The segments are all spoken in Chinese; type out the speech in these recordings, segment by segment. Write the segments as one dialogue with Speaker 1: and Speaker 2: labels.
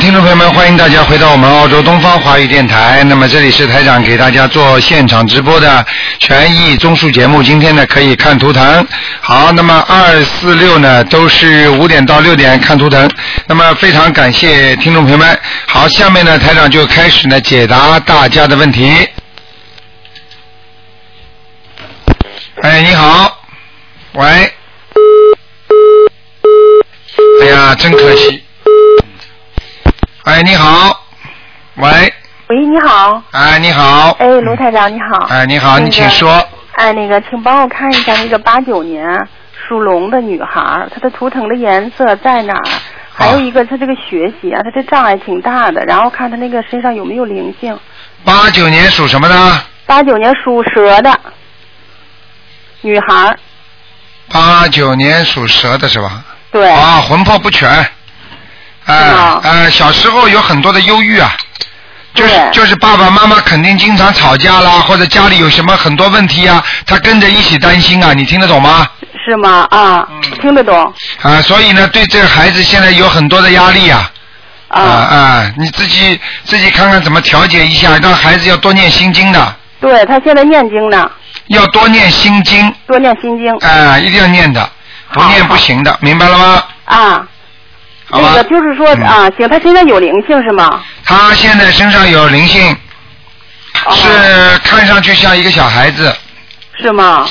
Speaker 1: 听众朋友们，欢迎大家回到我们澳洲东方华语电台。那么这里是台长给大家做现场直播的权益综述节目。今天呢，可以看图腾。好，那么二四六呢，都是五点到六点看图腾。那么非常感谢听众朋友们。好，下面呢，台长就开始呢解答大家的问题。哎，你好，喂。哎呀，真可惜。哎，你好，喂，
Speaker 2: 喂，你好，
Speaker 1: 哎，你好，
Speaker 2: 哎，卢台长，你好，
Speaker 1: 哎，你好，
Speaker 2: 那个
Speaker 1: 你请说。
Speaker 2: 哎，那个，请帮我看一下那个八九年属龙的女孩儿，她的图腾的颜色在哪
Speaker 1: 啊
Speaker 2: 儿？还有一个，她这个学习啊，她这障碍挺大的，然后看她那个身上有没有灵性。
Speaker 1: 八九年属什么呢？
Speaker 2: 八九年属蛇的女孩儿，
Speaker 1: 八九年属蛇的是吧？
Speaker 2: 对，
Speaker 1: 啊，魂魄不全。哎、
Speaker 2: 是
Speaker 1: 啊
Speaker 2: 吗
Speaker 1: 哎，小时候有很多的忧郁啊，就是
Speaker 2: 对
Speaker 1: 就是爸爸妈妈肯定经常吵架啦，或者家里有什么很多问题啊，他跟着一起担心啊，你听得懂吗？
Speaker 2: 是吗？啊，
Speaker 1: 嗯
Speaker 2: 听得懂
Speaker 1: 啊，所以呢，对这个孩子现在有很多的压力啊。
Speaker 2: 啊？
Speaker 1: 啊！你自己自己看看怎么调节一下，让孩子要多念心经的，
Speaker 2: 对，她现在念经呢，
Speaker 1: 要多念心经，
Speaker 2: 多念心经
Speaker 1: 啊、一定要念的，不
Speaker 2: 好
Speaker 1: 念不行的，明白了吗？
Speaker 2: 啊。
Speaker 1: 好吧
Speaker 2: 那个。就是说
Speaker 1: 嗯
Speaker 2: 啊，行，她身上有灵性是吗？
Speaker 1: 他现在身上有灵性，
Speaker 2: 哦
Speaker 1: 是看上去像一个小孩子，啊、啊
Speaker 2: 是吗？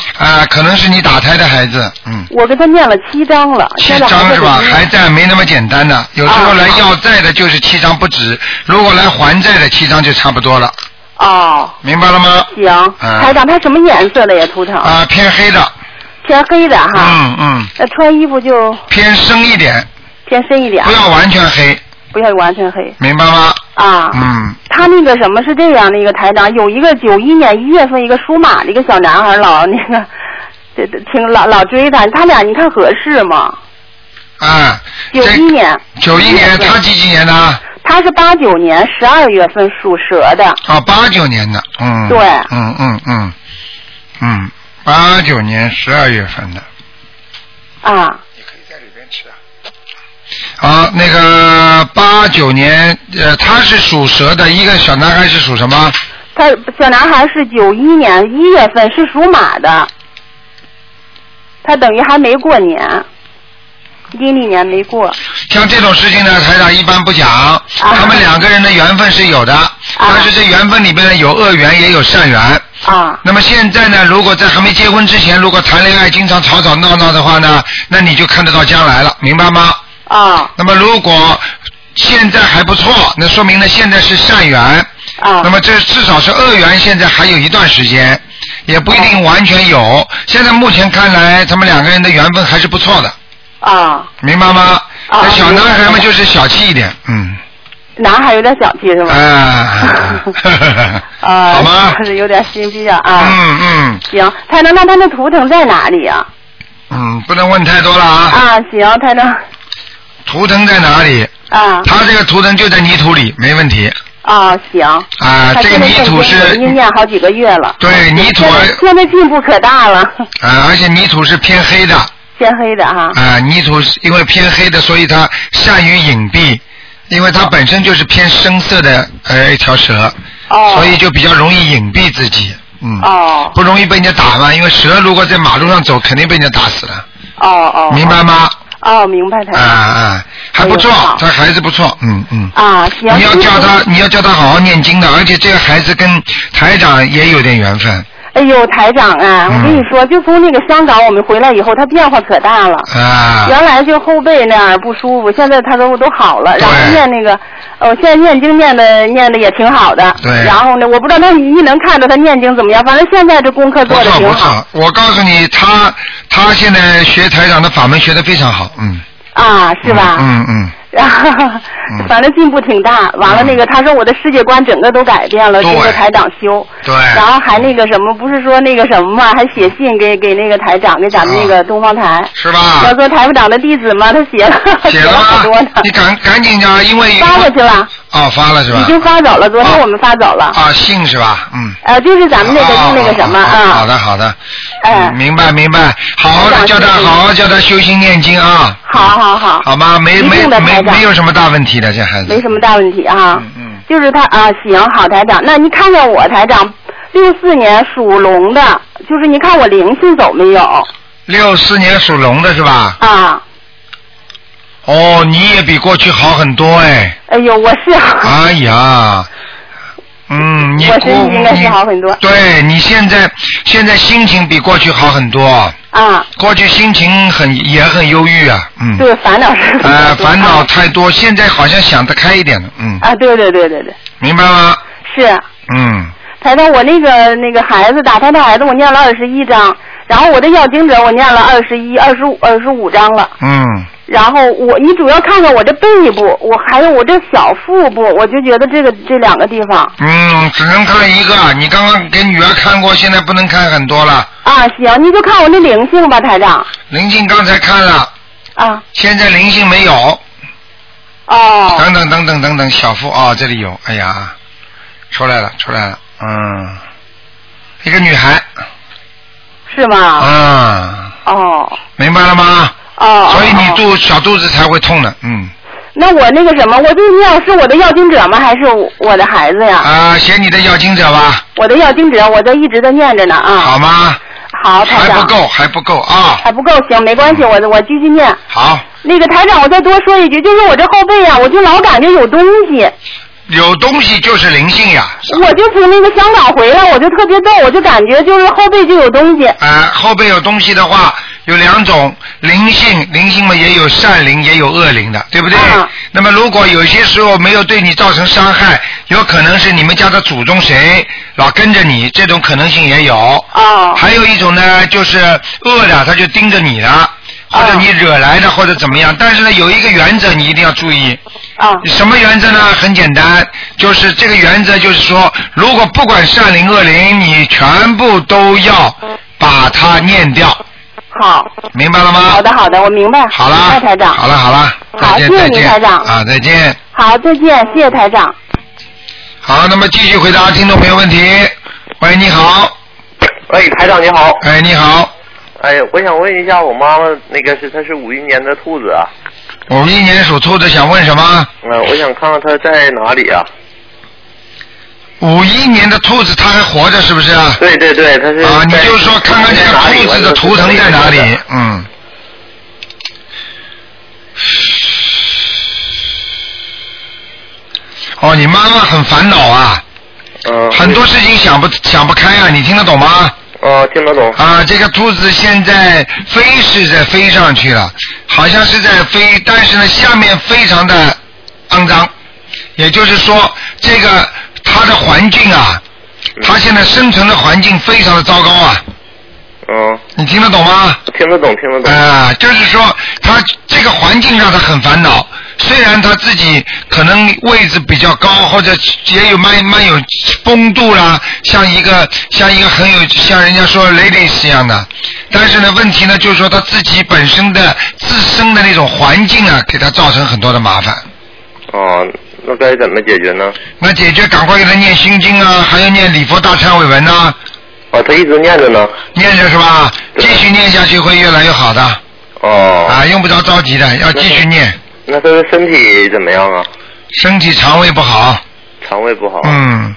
Speaker 1: 可能是你打胎的孩子，嗯。
Speaker 2: 我给他念了七章了，
Speaker 1: 七
Speaker 2: 现在
Speaker 1: 张
Speaker 2: 还
Speaker 1: 是吧？
Speaker 2: 在
Speaker 1: 还在没那么简单的，有时候
Speaker 2: 啊
Speaker 1: 来要债的就是七张不止，如果来还债的七张就差不多了，
Speaker 2: 哦，
Speaker 1: 明白了吗？嗯
Speaker 2: 行，台长，他什么颜色的呀？图腾
Speaker 1: 啊、偏黑的，
Speaker 2: 偏黑的哈，
Speaker 1: 嗯嗯，
Speaker 2: 那穿衣服就
Speaker 1: 偏深一点，
Speaker 2: 偏深一点
Speaker 1: 不，要完全黑，
Speaker 2: 不要完全黑
Speaker 1: 明白吗？
Speaker 2: 啊。
Speaker 1: 嗯，
Speaker 2: 他那个什么是这样的一个台长，有一个九一年一月份一个属马的一个小男孩老那个， 这这挺老老追他，他俩你看合适吗？
Speaker 1: 啊，
Speaker 2: 九一
Speaker 1: 这
Speaker 2: 年，
Speaker 1: 九一年，他几几年的？
Speaker 2: 他是八九年十二月份属蛇的，
Speaker 1: 啊，八九年的，嗯，
Speaker 2: 对
Speaker 1: 嗯嗯嗯，嗯，八九年十二月份的。
Speaker 2: 啊，
Speaker 1: 你可以在里边吃啊。好，啊那个八九年，呃，他是属蛇的，一个小男孩是属什么？
Speaker 2: 他小男孩是九一年一月份，是属马的，他等于还没过年，阴历年没过。
Speaker 1: 像这种事情呢，台长一般不讲。
Speaker 2: 啊
Speaker 1: 他们两个人的缘分是有的，但是这缘分里边呢，有恶缘也有善缘。
Speaker 2: 啊
Speaker 1: 那么现在呢，如果在还没结婚之前，如果谈恋爱经常吵吵闹闹的话呢，那你就看得到将来了，明白吗？
Speaker 2: 啊
Speaker 1: 那么如果现在还不错，那说明呢现在是善缘，
Speaker 2: 啊
Speaker 1: 那么这至少是恶缘，现在还有一段时间，也不一定完全有。现在目前看来，他们两个人的缘分还是不错的，
Speaker 2: 啊！
Speaker 1: 明白吗？
Speaker 2: 啊
Speaker 1: 那小男孩
Speaker 2: 明
Speaker 1: 嘛
Speaker 2: 白
Speaker 1: 就是小气一点，嗯，
Speaker 2: 男孩有点小气是吗？，
Speaker 1: 啊
Speaker 2: 啊，
Speaker 1: 哎好吗？
Speaker 2: 就是 有点心机啊啊！
Speaker 1: 嗯嗯
Speaker 2: 行，台长，那他的图腾在哪里呀？
Speaker 1: 嗯，不能问太多了啊。
Speaker 2: 啊，行，台长，
Speaker 1: 图腾在哪里？
Speaker 2: 啊
Speaker 1: 他这个图腾就在泥土里，没问题
Speaker 2: 啊，行。
Speaker 1: 啊。
Speaker 2: 他
Speaker 1: 这个
Speaker 2: 现在
Speaker 1: 泥土是
Speaker 2: 已经念好几个月了。
Speaker 1: 对泥土
Speaker 2: 现在现在进步可大了，
Speaker 1: 啊，而且泥土是偏黑的
Speaker 2: 天黑的哈。
Speaker 1: 啊，泥土是因为偏黑的，所以它善于隐蔽，因为它本身就是偏深色的呃一条蛇，
Speaker 2: 哦。
Speaker 1: 所以就比较容易隐蔽自己，嗯，
Speaker 2: 哦
Speaker 1: 不容易被人家打嘛，因为蛇如果在马路上走，肯定被人家打死了，
Speaker 2: 哦哦，
Speaker 1: 明白吗？
Speaker 2: 哦，明白台
Speaker 1: 啊
Speaker 2: 长。
Speaker 1: 啊，还不错
Speaker 2: 哎呦好，
Speaker 1: 他孩子不错，嗯嗯。
Speaker 2: 啊，行。
Speaker 1: 你要
Speaker 2: 就是
Speaker 1: 叫他，你要叫他好好念经的，而且这个孩子跟台长也有点缘分
Speaker 2: 哎呦，台长啊，
Speaker 1: 嗯
Speaker 2: 我跟你说，就从那个香港我们回来以后，他变化可大了。
Speaker 1: 啊。
Speaker 2: 原来就后背那样不舒服，现在他说我都好了，
Speaker 1: 对
Speaker 2: 然后念那个，呃，现在念经念的念的也挺好的。
Speaker 1: 对
Speaker 2: 然后呢，我不知道他一能看着他念经怎么样，反正现在这功课
Speaker 1: 不
Speaker 2: 做的
Speaker 1: 错
Speaker 2: 挺
Speaker 1: 不
Speaker 2: 好
Speaker 1: 错，我告诉你，他他现在学台长的法门学的非常好，嗯，
Speaker 2: 啊，是吧？
Speaker 1: 嗯嗯，
Speaker 2: 然后
Speaker 1: 嗯
Speaker 2: 反正进步挺大。完了那个，他说我的世界观整个都改变了，
Speaker 1: 对
Speaker 2: 经过台长修。
Speaker 1: 对
Speaker 2: 然后还那个什么，不是说那个什么嘛，还写信给给那个台长，给咱们那个东方台。
Speaker 1: 啊是
Speaker 2: 要
Speaker 1: 吧？
Speaker 2: 做台部长的弟子嘛，他写了
Speaker 1: 写
Speaker 2: 了
Speaker 1: 了
Speaker 2: 好多
Speaker 1: 吗
Speaker 2: 呢？，
Speaker 1: 你赶赶紧的，因为
Speaker 2: 发过去了。
Speaker 1: 哦，发了是吧？
Speaker 2: 已经发走了，昨天我们发走了。
Speaker 1: 啊，信是吧？嗯。
Speaker 2: 呃，就是咱们那个
Speaker 1: 哦
Speaker 2: 就那个什么
Speaker 1: 哦哦
Speaker 2: 啊。
Speaker 1: 好的，好的。
Speaker 2: 哎
Speaker 1: 嗯明白明白，好好的
Speaker 2: 台长
Speaker 1: 叫他，
Speaker 2: 谢谢
Speaker 1: 好好叫他修心念经啊，
Speaker 2: 好好好，
Speaker 1: 好吗？没
Speaker 2: 一
Speaker 1: 没
Speaker 2: 定的
Speaker 1: 没
Speaker 2: 台长
Speaker 1: 没有什么大问题的，这孩子。
Speaker 2: 没什么大问题啊。
Speaker 1: 嗯嗯。
Speaker 2: 就是他啊，行，好台长，那您看看我台长，六四年属龙的，就是您看我灵性走没有
Speaker 1: 六四年属龙的是吧？
Speaker 2: 啊？
Speaker 1: 哦，你也比过去好很多 哎。
Speaker 2: 哎呦，我是，
Speaker 1: 哎呀，嗯，你
Speaker 2: 我
Speaker 1: 过
Speaker 2: 身体应该
Speaker 1: 你
Speaker 2: 是好很多
Speaker 1: 对你现在现在心情比过去好很多，
Speaker 2: 啊，
Speaker 1: 过去心情很也很忧郁啊，嗯。
Speaker 2: 对，烦恼是。
Speaker 1: 呃，烦恼太多，现在好像想得开一点了，嗯，
Speaker 2: 啊，对对对对对，
Speaker 1: 明白吗？
Speaker 2: 是。
Speaker 1: 嗯，
Speaker 2: 台长，我那个那个孩子打胎的孩子，我念了二十一章，然后我的药经者我念了二十一、二十五、二十五章了。
Speaker 1: 嗯，
Speaker 2: 然后我，你主要看看我这背部，我还有我这小腹部，我就觉得这个这两个地方
Speaker 1: 嗯，只能看一个。你刚刚给女儿看过，现在不能看很多了。
Speaker 2: 啊，行，你就看我那灵性吧，台长
Speaker 1: 灵性刚才看了，
Speaker 2: 啊，
Speaker 1: 现在灵性没有。
Speaker 2: 哦，
Speaker 1: 等等等等等等，小腹啊、哦，这里有。哎呀，出来了，出来了。嗯，一个女孩。
Speaker 2: 是吗？
Speaker 1: 啊，
Speaker 2: 哦
Speaker 1: 明白了吗？
Speaker 2: 哦哦，
Speaker 1: 所以你
Speaker 2: 哦
Speaker 1: 肚小肚子才会痛的。嗯。
Speaker 2: 那我那个什么，我就念是我的药经者吗？还是我的孩子呀？
Speaker 1: 啊，写你的要经者吧，
Speaker 2: 我的药经者，我都一直在念着呢啊。
Speaker 1: 好吗？
Speaker 2: 好，台
Speaker 1: 还
Speaker 2: 长
Speaker 1: 不。够，还不够啊。
Speaker 2: 还不够，行，没关系，我我继续念。
Speaker 1: 好，
Speaker 2: 那个台长，我再多说一句，就是我这后背啊，我就老感觉有东西，
Speaker 1: 有东西就是灵性呀。
Speaker 2: 我就从那个香港回来，我就特别逗，我就感觉就是后背就有东西。
Speaker 1: 啊，后背有东西的话，有两种灵性，灵性嘛也有善灵，也有恶灵的，对不对？
Speaker 2: 嗯
Speaker 1: 那么如果有些时候没有对你造成伤害，有可能是你们家的祖宗谁老跟着你，这种可能性也有。
Speaker 2: 哦
Speaker 1: 还有一种呢，就是饿了他就盯着你了，或者
Speaker 2: 嗯
Speaker 1: 你惹来的，或者怎么样。但是呢，有一个原则你一定要注意，
Speaker 2: 哦
Speaker 1: 什么原则呢？很简单，就是这个原则就是说，如果不管善灵恶灵，你全部都要把它念掉，
Speaker 2: 好，
Speaker 1: 明白了吗？
Speaker 2: 好的，好的，我明白。
Speaker 1: 好啦，
Speaker 2: 明白，台
Speaker 1: 好
Speaker 2: 长。
Speaker 1: 了好了，再
Speaker 2: 好
Speaker 1: 见
Speaker 2: 谢谢
Speaker 1: 再
Speaker 2: 您
Speaker 1: 见，
Speaker 2: 台长
Speaker 1: 啊，再见。
Speaker 2: 好，再见，谢谢台长。
Speaker 1: 好，那么继续回答听众朋友问题。喂，你好，
Speaker 3: 喂，台长你好。
Speaker 1: 哎，你好，
Speaker 3: 哎，我想问一下，我妈妈那个是她是五一年的兔子啊，
Speaker 1: 我们一年属兔的想问什么？
Speaker 3: 嗯、我想看看她在哪里啊？
Speaker 1: 五一年的兔子它还活着是不是啊？
Speaker 3: 对对对，她是
Speaker 1: 啊，你
Speaker 3: 在
Speaker 1: 就说看看这个
Speaker 3: 哪里
Speaker 1: 兔子的图腾在哪里？嗯。哦，你妈妈很烦恼啊，
Speaker 3: 嗯，
Speaker 1: 很多事情想不想不开啊，你听得懂吗？
Speaker 2: 哦
Speaker 3: 嗯，听得懂。
Speaker 1: 啊，这个兔子现在飞是在飞上去了，好像是在飞，但是呢，下面非常的肮脏，也就是说，这个它的环境啊，它现在生存的环境非常的糟糕啊，
Speaker 3: 嗯，
Speaker 1: 你听得懂吗？
Speaker 3: 听得懂，听得懂。
Speaker 1: 啊、就是说他这个环境让他很烦恼。虽然他自己可能位置比较高，或者也有蛮蛮有风度啦，像一个像一个很有像人家说 ladies 一样的，但是呢，问题呢就是说他自己本身的自身的那种环境啊，给他造成很多的麻烦。
Speaker 3: 哦，那该怎么解决呢？
Speaker 1: 那解决赶快给他念心经啊，还要念礼佛大忏悔文啊呐、
Speaker 3: 哦，她一直念着呢。
Speaker 1: 念着是吧？继续念下去会越来越好的
Speaker 3: 哦，
Speaker 1: 啊，用不着着急的，要继续念。
Speaker 3: 那她的身体怎么样啊？
Speaker 1: 身体肠胃不好，
Speaker 3: 肠胃不好。。啊
Speaker 1: 嗯，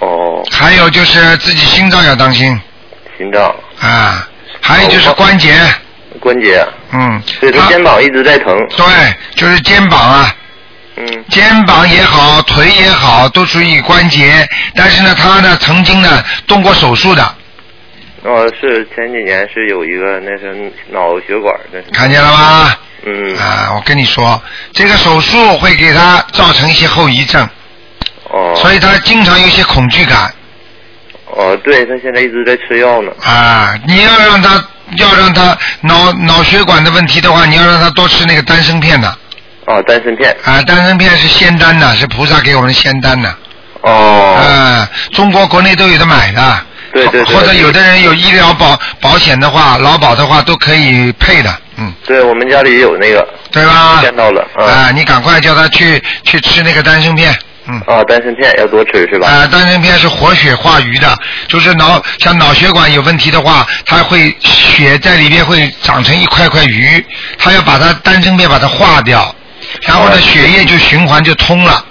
Speaker 3: 哦，
Speaker 1: 还有就是自己心脏要当心
Speaker 3: 心脏、
Speaker 1: 啊，还有
Speaker 3: 哦
Speaker 1: 就是关节，
Speaker 3: 关节，啊
Speaker 1: 嗯，
Speaker 3: 对，她
Speaker 1: 他
Speaker 3: 肩膀一直在疼。
Speaker 1: 对，就是肩膀啊，
Speaker 3: 嗯
Speaker 1: 肩膀也好，腿也好，都属于关节。但是呢，他呢曾经呢动过手术的，
Speaker 3: 哦，是前几年是有一个那是脑血管那是，
Speaker 1: 看见了吗？
Speaker 3: 嗯，
Speaker 1: 啊，我跟你说，这个手术会给他造成一些后遗症，
Speaker 3: 哦，
Speaker 1: 所以他经常有一些恐惧感
Speaker 3: 哦，对他现在一直在吃药呢，
Speaker 1: 啊。你要让他要让他脑脑血管的问题的话，你要让他多吃那个丹参片的。
Speaker 3: 哦，丹参片，
Speaker 1: 啊，丹参片是仙丹呐，是菩萨给我们的仙丹呐。啊、
Speaker 3: 哦，
Speaker 1: 中国国内都有的买的。
Speaker 3: 对对对
Speaker 1: 或者有的人有医疗保保险的话，劳保的话都可以配的。嗯，
Speaker 3: 对我们家里也有那个，
Speaker 1: 对吧？
Speaker 3: 见到了，嗯
Speaker 1: 啊，你赶快叫他去去吃那个丹参片，嗯。
Speaker 3: 啊，丹参片要多吃是吧？
Speaker 1: 啊，丹参片是活血化瘀的，就是脑像脑血管有问题的话，它会血在里边会长成一块块瘀，它要把它丹参片把它化掉，然后呢
Speaker 3: 哦
Speaker 1: 血液就循环就通了，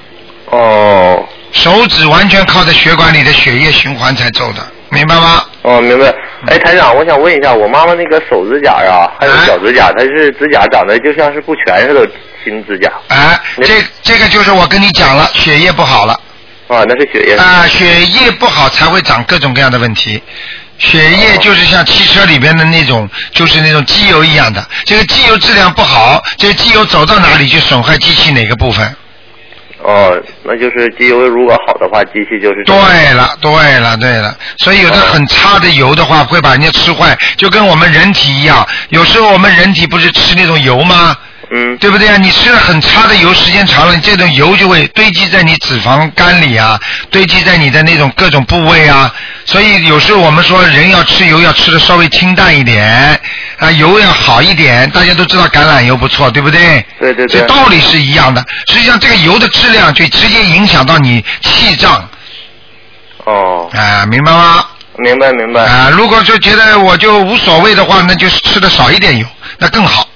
Speaker 3: 哦
Speaker 1: 手指完全靠在血管里的血液循环才走的，明白吗？
Speaker 3: 哦，明白。
Speaker 1: 嗯
Speaker 3: 哎，台长，我想问一下，我妈妈那个手指甲啊，还有
Speaker 1: 哎
Speaker 3: 脚指甲，她是指甲长得就像是不全似的新指甲
Speaker 1: 哎，
Speaker 3: 那
Speaker 1: 这这个就是我跟你讲了，血液不好了。
Speaker 3: 啊，那是血液。
Speaker 1: 啊、血液不好才会长各种各样的问题。血
Speaker 3: 哦
Speaker 1: 液就是像汽车里边的那种，就是那种机油一样的。这个机油质量不好，这个机油走到哪里就损害机器哪个部分。
Speaker 3: 哦，那就是机油如果好的话，机器就是
Speaker 1: 对了，对了，对了。所以有的很差的油的话，会把人家吃坏，就跟我们人体一样。有时候我们人体不是吃那种油吗？
Speaker 3: 嗯
Speaker 1: 对不对啊？你吃了很差的油，时间长了，你这种油就会堆积在你脂肪肝里啊，堆积在你的那种各种部位啊。所以有时候我们说人要吃油，要吃的稍微清淡一点啊，油要好一点。大家都知道橄榄油不错，对不对？
Speaker 3: 对对对
Speaker 1: 这道理是一样的。实际上，这个油的质量就直接影响到你气胀
Speaker 3: 哦，
Speaker 1: 啊，明白吗？
Speaker 3: 明白明白。
Speaker 1: 啊，如果说觉得我就无所谓的话，那就是吃的少一点油，那更好。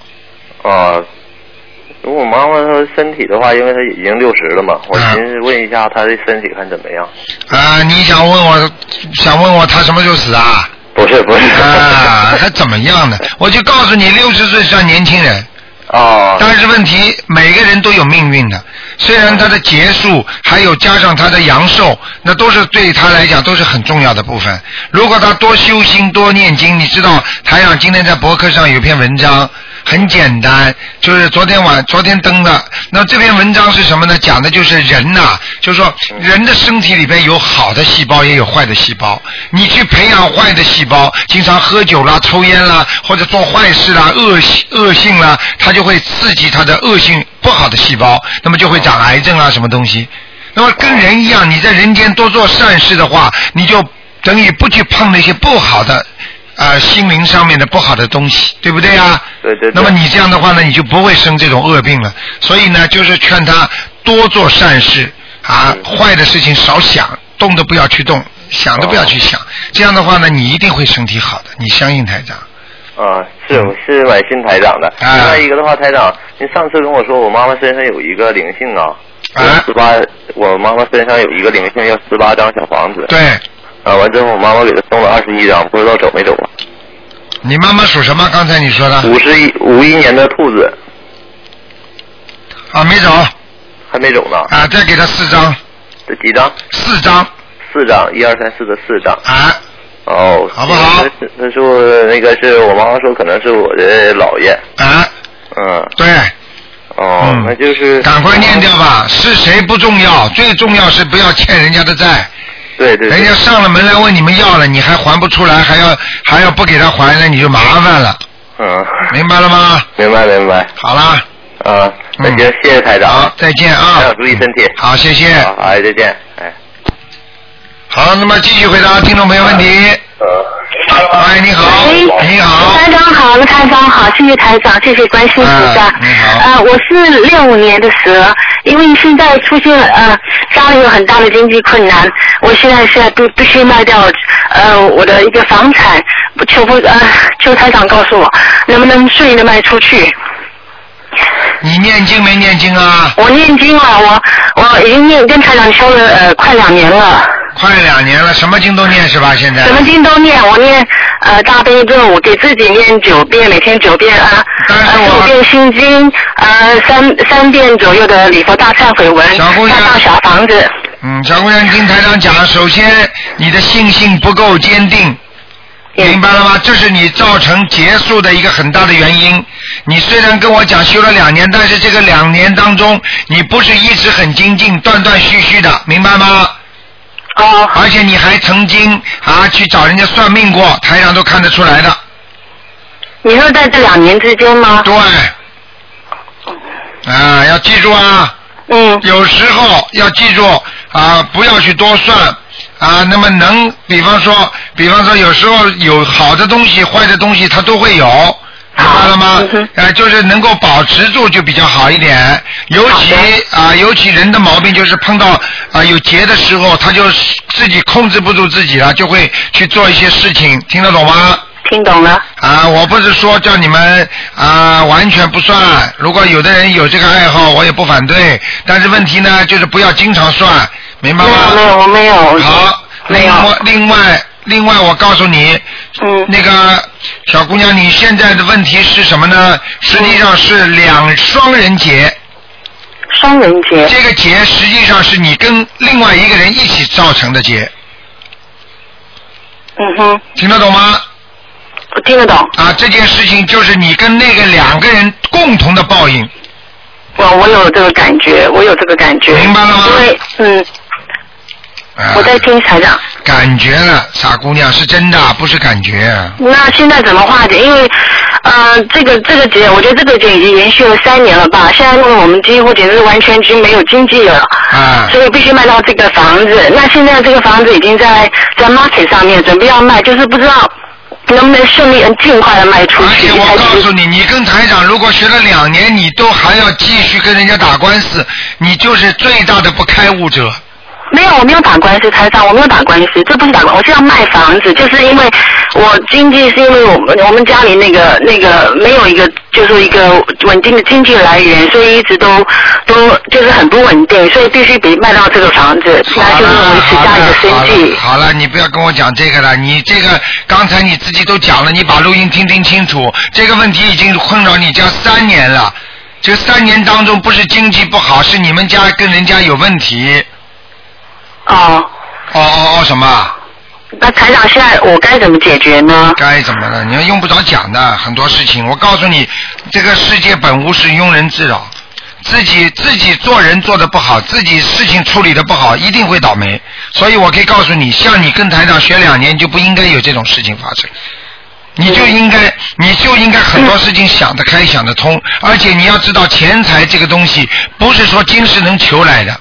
Speaker 3: 啊，如果我妈妈她身体的话，因为她已经六十了嘛，我
Speaker 1: 嗯
Speaker 3: 寻思问一下她的身体看怎么样。
Speaker 1: 啊，你想问我，想问我他什么时候死啊？
Speaker 3: 不是不是。
Speaker 1: 啊，还怎么样呢？我就告诉你，六十岁算年轻人，
Speaker 3: 啊
Speaker 1: 但是问题每个人都有命运的。虽然他的结束，还有加上他的阳寿，那都是对他来讲都是很重要的部分。如果他多修心、多念经，你知道台长今天在博客上有篇文章，很简单，就是昨天晚昨天登的。那这篇文章是什么呢？讲的就是人呐、就是说人的身体里边有好的细胞，也有坏的细胞。你去培养坏的细胞，经常喝酒啦、抽烟啦，或者做坏事啦、恶性恶性啦，它就会刺激它的恶性不好的细胞，那么就会长癌症啊，什么东西。那么跟人一样，你在人间多做善事的话，你就等于不去碰那些不好的，呃，心灵上面的不好的东西，对不对啊？
Speaker 3: 对对对
Speaker 1: 那么你这样的话呢，你就不会生这种恶病了。所以呢，就是劝他多做善事啊，
Speaker 3: 嗯
Speaker 1: 坏的事情少想，动都不要去动，想都不要去
Speaker 3: 哦
Speaker 1: 想。这样的话呢，你一定会身体好的，你相信台长。
Speaker 3: 啊，是我是买新台长的。
Speaker 1: 嗯啊
Speaker 3: 另外一个的话，台长，您上次跟我说我妈妈身上有一个灵性啊，
Speaker 1: 啊
Speaker 3: 十八，我妈妈身上有一个灵性，要十八张小房子。
Speaker 1: 对
Speaker 3: 啊，完之后我妈妈给她送了二十一张，不知道走没走啊？
Speaker 1: 你妈妈属什么？刚才你说的
Speaker 3: 五十一五一年的兔子
Speaker 1: 啊，没走
Speaker 3: 还没走呢，
Speaker 1: 啊，再给他四张，
Speaker 3: 这几张？
Speaker 1: 四张
Speaker 3: 四张，一二三四的四张。
Speaker 1: 啊。
Speaker 3: 哦，
Speaker 1: 好不
Speaker 3: 他
Speaker 1: 好
Speaker 3: 是他说那个是我妈妈说可能是我的姥爷，
Speaker 1: 啊，
Speaker 3: 嗯，
Speaker 1: 对，
Speaker 3: 哦，
Speaker 1: 嗯
Speaker 3: 那就是
Speaker 1: 赶快念掉，吧。是谁不重要，最重要是不要欠人家的债。
Speaker 3: 嗯对对
Speaker 1: 人
Speaker 3: 对
Speaker 1: 家，上了门来问你们要了，你还还不出来，还要还要不给他还，那你就麻烦了，
Speaker 3: 嗯，
Speaker 1: 明白了吗？
Speaker 3: 明白明白，
Speaker 1: 好啦，嗯
Speaker 3: 啊，那行，谢谢台
Speaker 1: 好
Speaker 3: 长，，
Speaker 1: 再见
Speaker 3: 台
Speaker 1: 啊
Speaker 3: 长！注意身体，
Speaker 1: 好，谢谢。
Speaker 3: 好，哎，再见，哎，
Speaker 1: 好，那么继续回答听众朋友问题。
Speaker 3: 呃
Speaker 1: 喂，你好，
Speaker 4: 喂
Speaker 1: 你好，
Speaker 4: 台长好，卢台长好，谢谢台长，谢谢关心菩萨。
Speaker 1: 嗯你好
Speaker 4: 呃，我是六五年的蛇，因为现在出现呃家里有很大的经济困难，我现在是必必须卖掉呃我的一个房产，不求不呃求台长告诉我能不能顺利的卖出去。
Speaker 1: 你念经没念经啊？
Speaker 4: 我念经了，我我已经念跟台长修了呃快两年了，
Speaker 1: 快两年了，什么经都念是吧？现在
Speaker 4: 什么经都念，我念呃大悲咒，我给自己念九遍，每天九遍啊，
Speaker 1: 但是
Speaker 4: 呃
Speaker 1: 我
Speaker 4: 十五遍心经，呃三三遍左右的礼佛大忏悔文，
Speaker 1: 小姑娘
Speaker 4: 大到小房子，
Speaker 1: 嗯，小姑娘，听台长讲，首先你的信心不够坚定，明白了吗？这是你造成结束的一个很大的原因。你虽然跟我讲修了两年，但是这个两年当中，你不是一直很精进、断断续续的，明白吗？
Speaker 4: 哦
Speaker 1: 而且你还曾经啊去找人家算命过，台长都看得出来的。
Speaker 4: 你说在这两年之间吗？
Speaker 1: 对，啊，要记住啊。
Speaker 4: 嗯
Speaker 1: 有时候要记住啊，不要去多算啊。那么能，比方说，比方说，有时候有好的东西、坏的东西，它都会有。明白了吗
Speaker 4: 嗯哼？
Speaker 1: 呃，就是能够保持住就比较好一点。尤其啊、尤其人的毛病就是碰到啊、有劫的时候，他就自己控制不住自己了，就会去做一些事情，听得懂吗？
Speaker 4: 听懂了？
Speaker 1: 啊，我不是说叫你们啊完全不
Speaker 4: 嗯
Speaker 1: 算，如果有的人有这个爱好，我也不反对。但是问题呢，就是不要经常算，明白
Speaker 4: 没有没
Speaker 1: 吗？
Speaker 4: 有，我没有。
Speaker 1: 好，
Speaker 4: 没
Speaker 1: 另外
Speaker 4: 有。
Speaker 1: 另外另外，我告诉你，
Speaker 4: 嗯
Speaker 1: 那个小姑娘，你现在的问题是什么呢？实际上是两双人节，
Speaker 4: 双人节
Speaker 1: 这个节实际上是你跟另外一个人一起造成的节，
Speaker 4: 嗯哼，
Speaker 1: 听得懂吗？
Speaker 4: 我听得懂。
Speaker 1: 啊，这件事情就是你跟那个两个人共同的报应。
Speaker 4: 我我有这个感觉，我有这个感觉。
Speaker 1: 明白了吗
Speaker 4: 因为嗯，
Speaker 1: 啊
Speaker 4: 我在听台长。
Speaker 1: 感觉了，傻姑娘是真的，不是感觉。
Speaker 4: 那现在怎么化解？因为，呃，这个这个节，我觉得这个节已经延续了三年了吧。现在弄得我们几乎简直是完全已经没有经济了，
Speaker 1: 啊
Speaker 4: 所以必须卖到这个房子。那现在这个房子已经在在 market 上面准备要卖，就是不知道能不能顺利、嗯尽快的卖出
Speaker 1: 而
Speaker 4: 去。
Speaker 1: 且
Speaker 4: 一
Speaker 1: 我
Speaker 4: 开
Speaker 1: 告
Speaker 4: 始
Speaker 1: 诉你，你跟台长如果学了两年，你都还要继续跟人家打官司，你就是最大的不开悟者。
Speaker 4: 没有，我没有打官司，台上我没有打官司，这不是打官司，我是要卖房子，就是因为我经济是因为我们我们家里那个那个没有一个就是一个稳定的经济来源，所以一直都都就是很不稳定，所以必须得卖到这个房子，那
Speaker 1: 好
Speaker 4: 就是
Speaker 1: 了
Speaker 4: 维持家里的生计。
Speaker 1: 好了好了，你不要跟我讲这个了，你这个刚才你自己都讲了，你把录音听听清楚，这个问题已经困扰你家三年了。这三年当中，不是经济不好，是你们家跟人家有问题。
Speaker 4: 哦，
Speaker 1: 哦哦哦，什么啊？
Speaker 4: 那台长现在我该怎么解决呢？
Speaker 1: 该怎么了？你要用不着讲的，很多事情。我告诉你，这个世界本无事，庸人自扰。自己自己做人做的不好，自己事情处理的不好，一定会倒霉。所以我可以告诉你，像你跟台长学两年，就不应该有这种事情发生。你就应该，你就应该很多事情想得开、想得通，而且你要知道，钱财这个东西不是说今世能求来的，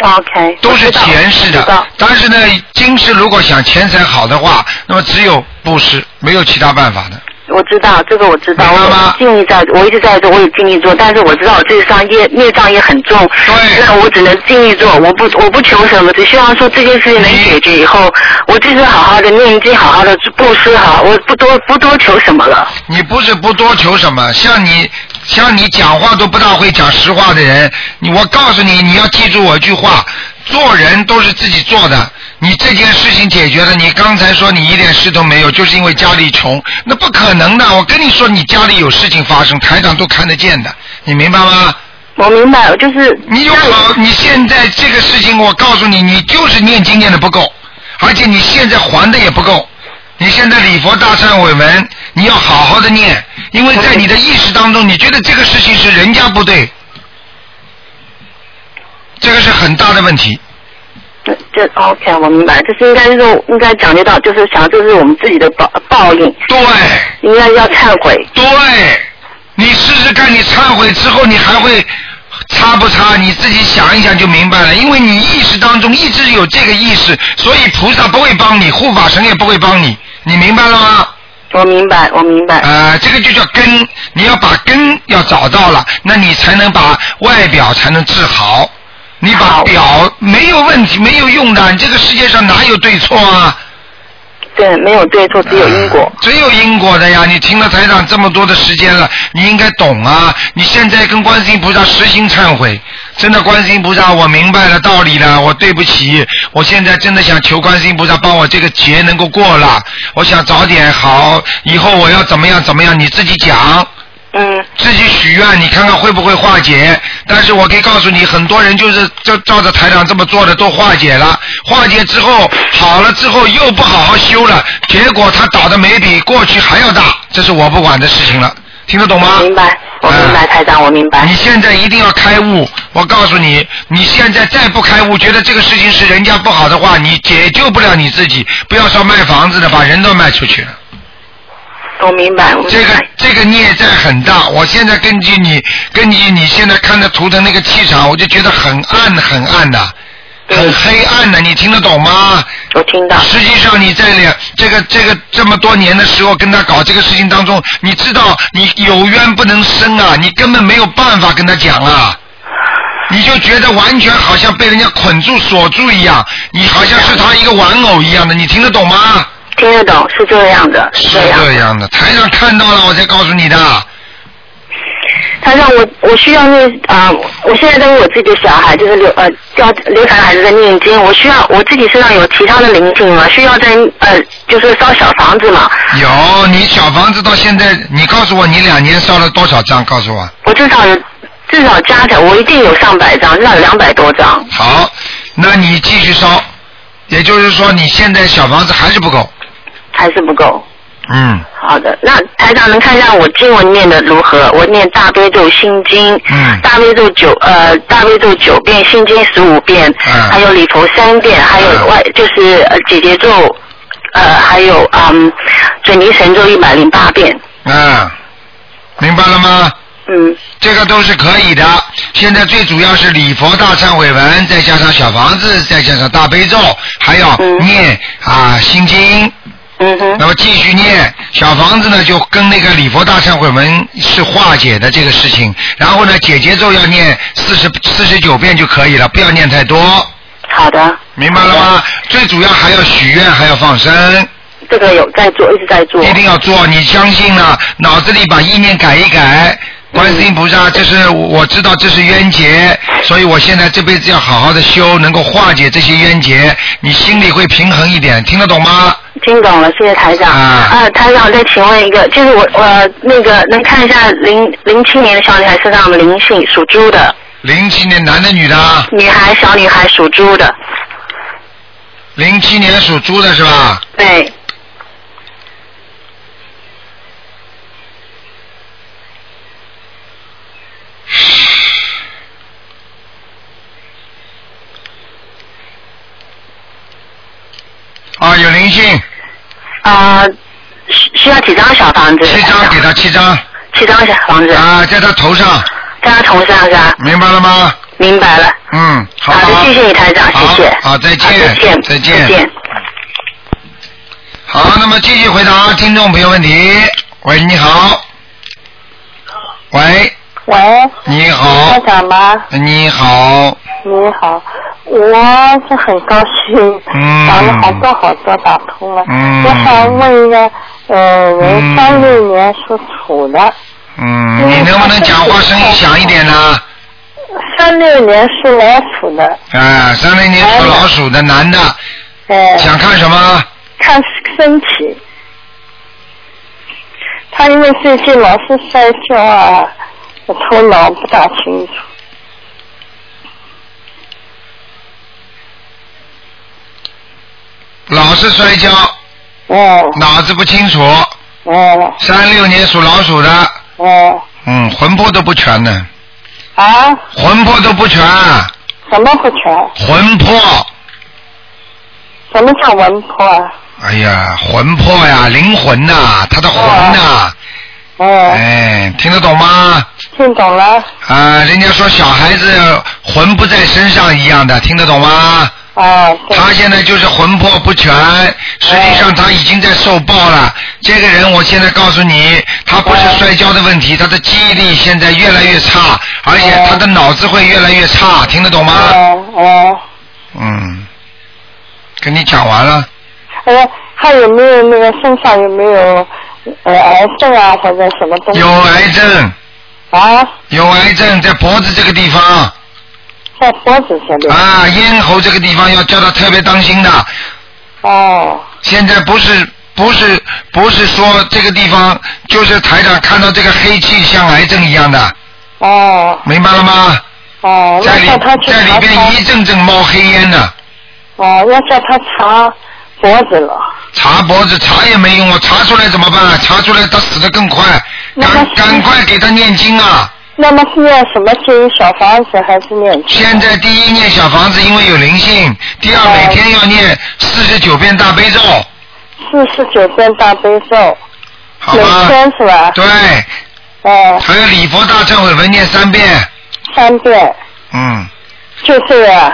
Speaker 4: OK，
Speaker 1: 都是
Speaker 4: 我知道
Speaker 1: 前世
Speaker 4: 我知道
Speaker 1: 的。但是呢，今世如果想钱财好的话，那么只有布施，没有其他办法的。
Speaker 4: 我知道这个我知道，
Speaker 1: 明白吗
Speaker 4: 我尽力在，我一直在做，我也尽力做，但是我知道我自己上业业障也很重，
Speaker 1: 对
Speaker 4: 那我只能尽力做，我不我不求什么，只希望说这件事情能
Speaker 1: 你
Speaker 4: 解决以后，我就是好好的念经，好好的布施，好，我不多不多求什么了。
Speaker 1: 你不是不多求什么，像你像你讲话都不大会讲实话的人，你我告诉你，你要记住我一句话，做人都是自己做的。你这件事情解决了，你刚才说你一点事都没有，就是因为家里穷，那不可能的。我跟你说，你家里有事情发生，台长都看得见的，你明白吗？
Speaker 4: 我明白，我就是
Speaker 1: 你有好，你现在这个事情，我告诉你，你就是念经念的不够，而且你现在还的也不够。你现在礼佛大忏悔文，你要好好的念，因为在你的意识当中，你觉得这个事情是人家不对，这个是很大的问题。
Speaker 4: 就 OK，我明白，就是应该是说应该讲究到，就是想这是我们自己的报报应，
Speaker 1: 对
Speaker 4: 应该要忏悔。
Speaker 1: 对，你试试看，你忏悔之后，你还会擦不擦？你自己想一想就明白了，因为你意识当中一直有这个意识，所以菩萨不会帮你，护法神也不会帮你，你明白了吗？
Speaker 4: 我明白，我明白。
Speaker 1: 呃，这个就叫根，你要把根要找到了，那你才能把外表才能治好。你把
Speaker 4: 好
Speaker 1: 表没有问题，没有用的，你这个世界上哪有对错啊？
Speaker 4: 对，没有对错，只有因果。
Speaker 1: 只有因果的呀！你听了台长这么多的时间了，你应该懂啊！你现在跟观世音菩萨实行忏悔，真的观世音菩萨，我明白了道理了，我对不起，我现在真的想求观世音菩萨帮我这个劫能够过了，我想早点好，以后我要怎么样怎么样，你自己讲。
Speaker 4: 嗯，
Speaker 1: 自己许愿，你看看会不会化解？但是我可以告诉你，很多人就是照照着台长这么做的，都化解了。化解之后好了之后又不好好修了，结果他倒的没比过去还要大，这是我不管的事情了。听得懂吗？
Speaker 4: 明白，我明白，
Speaker 1: 嗯
Speaker 4: 台长，我明白
Speaker 1: 你。现在一定要开悟，我告诉你，你现在再不开悟，觉得这个事情是人家不好的话，你解救不了你自己。不要说卖房子的，把人都卖出去了。
Speaker 4: 我明白，我明白。
Speaker 1: 这个这个孽债很大，我现在根据你根据你现在看的图腾那个气场，我就觉得很暗很暗的。很黑暗的，你听得懂吗？
Speaker 4: 我听到。
Speaker 1: 实际上你在两这个这个这么多年的时候跟他搞这个事情当中，你知道你有冤不能伸啊，你根本没有办法跟他讲啊。你就觉得完全好像被人家捆住锁住一样，你好像是他一个玩偶一样的，你听得懂吗？
Speaker 4: 听得懂，是这样的，是
Speaker 1: 是
Speaker 4: 这样。
Speaker 1: 这样的，台上看到了我才告诉你的。
Speaker 4: 他让我我需要念啊、我现在在为我自己的小孩，就是流呃叫流产孩子在念经，我需要我自己身上有其他的灵性吗？需要在呃就是烧小房子嘛？
Speaker 1: 有，你小房子到现在，你告诉我你两年烧了多少张？告诉我。
Speaker 4: 我至少有至少加起来，我一定有上百张，至少有两百多张。
Speaker 1: 好，那你继续烧，也就是说你现在小房子还是不够。
Speaker 4: 还是不够。
Speaker 1: 嗯，
Speaker 4: 好的，那台长能看一下我经文念的如何？我念大悲咒心经，
Speaker 1: 嗯
Speaker 4: 大悲咒九呃大悲咒九遍，心经十五遍，
Speaker 1: 嗯
Speaker 4: 还有礼佛三遍，还有
Speaker 1: 嗯
Speaker 4: 外就是呃姐姐咒，呃还有嗯准提神咒一百零八遍，
Speaker 1: 啊，明白了吗？
Speaker 4: 嗯
Speaker 1: 这个都是可以的。现在最主要是礼佛大忏悔文，再加上小房子，再加上大悲咒，还要
Speaker 4: 嗯
Speaker 1: 念、啊心经。
Speaker 4: 嗯哼
Speaker 1: 那么继续念小房子呢，就跟那个礼佛大忏悔文是化解的这个事情。然后呢，姐姐咒要念四十四十九遍就可以了，不要念太多，
Speaker 4: 好的，
Speaker 1: 明白了吗？最主要还要许愿，还要放生，
Speaker 4: 这个有在做，一直在做，
Speaker 1: 一定要做。你相信了，脑子里把意念改一改。观世音菩
Speaker 4: 嗯
Speaker 1: 萨，这是我我知道这是冤结，所以我现在这辈子要好好的修，能够化解这些冤结，你心里会平衡一点，听得懂吗？
Speaker 4: 听懂了，谢谢台长。
Speaker 1: 啊
Speaker 4: 呃，台长再请问一个，就是我我、呃那个能看一下零零七年的小女孩身上的灵性，属猪的。
Speaker 1: 零七年男的女的啊？
Speaker 4: 女孩，小女孩属猪的，
Speaker 1: 零七年属猪的是吧？
Speaker 4: 对，
Speaker 1: 啊，有灵性，
Speaker 4: 呃，需需要几张小房子？
Speaker 1: 七张给他七张
Speaker 4: 七张小房子，
Speaker 1: 啊，在他头上，
Speaker 4: 在她头上是吧？
Speaker 1: 明白了吗？
Speaker 4: 明白了。
Speaker 1: 嗯，好不
Speaker 4: 好的，谢谢你台长，谢谢。
Speaker 1: 好好再见
Speaker 4: 好再见，
Speaker 1: 再见
Speaker 4: 再见。
Speaker 1: 好，那么继续回答听众朋友问题。喂，你好。喂，
Speaker 5: 喂，
Speaker 1: 你
Speaker 5: 台
Speaker 1: 好，
Speaker 5: 长吗？
Speaker 1: 你好，
Speaker 5: 你好，啊我是很高兴，
Speaker 1: 嗯
Speaker 5: 打了好多好多打通了。
Speaker 1: 嗯
Speaker 5: 我想问一个，呃，
Speaker 1: 嗯
Speaker 5: 人三六年属土的，
Speaker 1: 嗯，你能不能讲话声音响一点呢？
Speaker 5: 三六年是老鼠的，
Speaker 1: 啊，三零
Speaker 4: 哎
Speaker 1: 年属老鼠的男的，
Speaker 5: 呃，
Speaker 1: 想看什么？
Speaker 5: 看身体。他因为最近老是摔跤啊，我头脑不大清楚。
Speaker 1: 老是摔跤，
Speaker 4: 哦
Speaker 5: 嗯
Speaker 1: 脑子不清楚。
Speaker 5: 嗯
Speaker 1: 三六年属老鼠的，
Speaker 5: 嗯
Speaker 1: 嗯，魂魄都不全呢，
Speaker 5: 啊，
Speaker 1: 魂魄都不全，啊
Speaker 5: 什么不全？
Speaker 1: 魂魄，
Speaker 5: 什么叫文婆啊？
Speaker 1: 哎呀，魂魄呀，灵魂呐、他的魂呐、
Speaker 5: 嗯，
Speaker 1: 哎，听得懂吗？
Speaker 5: 听懂了。
Speaker 1: 啊，人家说小孩子魂不在身上一样的，听得懂吗？
Speaker 5: 啊，对，
Speaker 1: 他现在就是魂魄不全，实际上他已经在受报了。这个人，我现在告诉你，他不是摔跤的问
Speaker 5: 哦
Speaker 1: 题，他的记忆力现在越来越差，而且
Speaker 5: 呃
Speaker 1: 他的脑子会越来越差，听得懂吗？
Speaker 5: 嗯嗯，
Speaker 1: 嗯，跟你讲完了，
Speaker 5: 呃，还有没有那个身上有没有呃癌症啊或者什么东西
Speaker 1: 有癌症，
Speaker 5: 啊？
Speaker 1: 有癌症在脖子这个地方
Speaker 5: 在脖子这里。
Speaker 1: 啊，咽喉这个地方要叫他特别当心的。
Speaker 5: 哦，
Speaker 1: 现在不是不是不是说这个地方，就是台长看到这个黑气像癌症一样的，
Speaker 5: 哦，
Speaker 1: 明白了吗？
Speaker 5: 哦，
Speaker 1: 在里
Speaker 5: 要叫他去
Speaker 1: 在里
Speaker 5: 查查
Speaker 1: 边一。阵阵冒黑烟呢，
Speaker 5: 哦，要叫他查脖子了。
Speaker 1: 查脖子查也没用啊，查出来怎么办啊？查出来他死得更快，
Speaker 5: 那
Speaker 1: 赶
Speaker 5: 他
Speaker 1: 赶快给他念经啊！
Speaker 5: 那么是念什么经？小房子还是念经？
Speaker 1: 现在第一念小房子，因为有灵性；第二
Speaker 5: 哦
Speaker 1: 每天要念四十九遍大悲咒，
Speaker 5: 四十九遍大悲咒，
Speaker 1: 好
Speaker 5: 每
Speaker 1: 吗？
Speaker 5: 天啊是吧？
Speaker 1: 对，
Speaker 5: 哦，
Speaker 1: 还有礼佛大忏悔文念三遍，
Speaker 5: 三遍，
Speaker 1: 嗯。
Speaker 5: 就这个啊。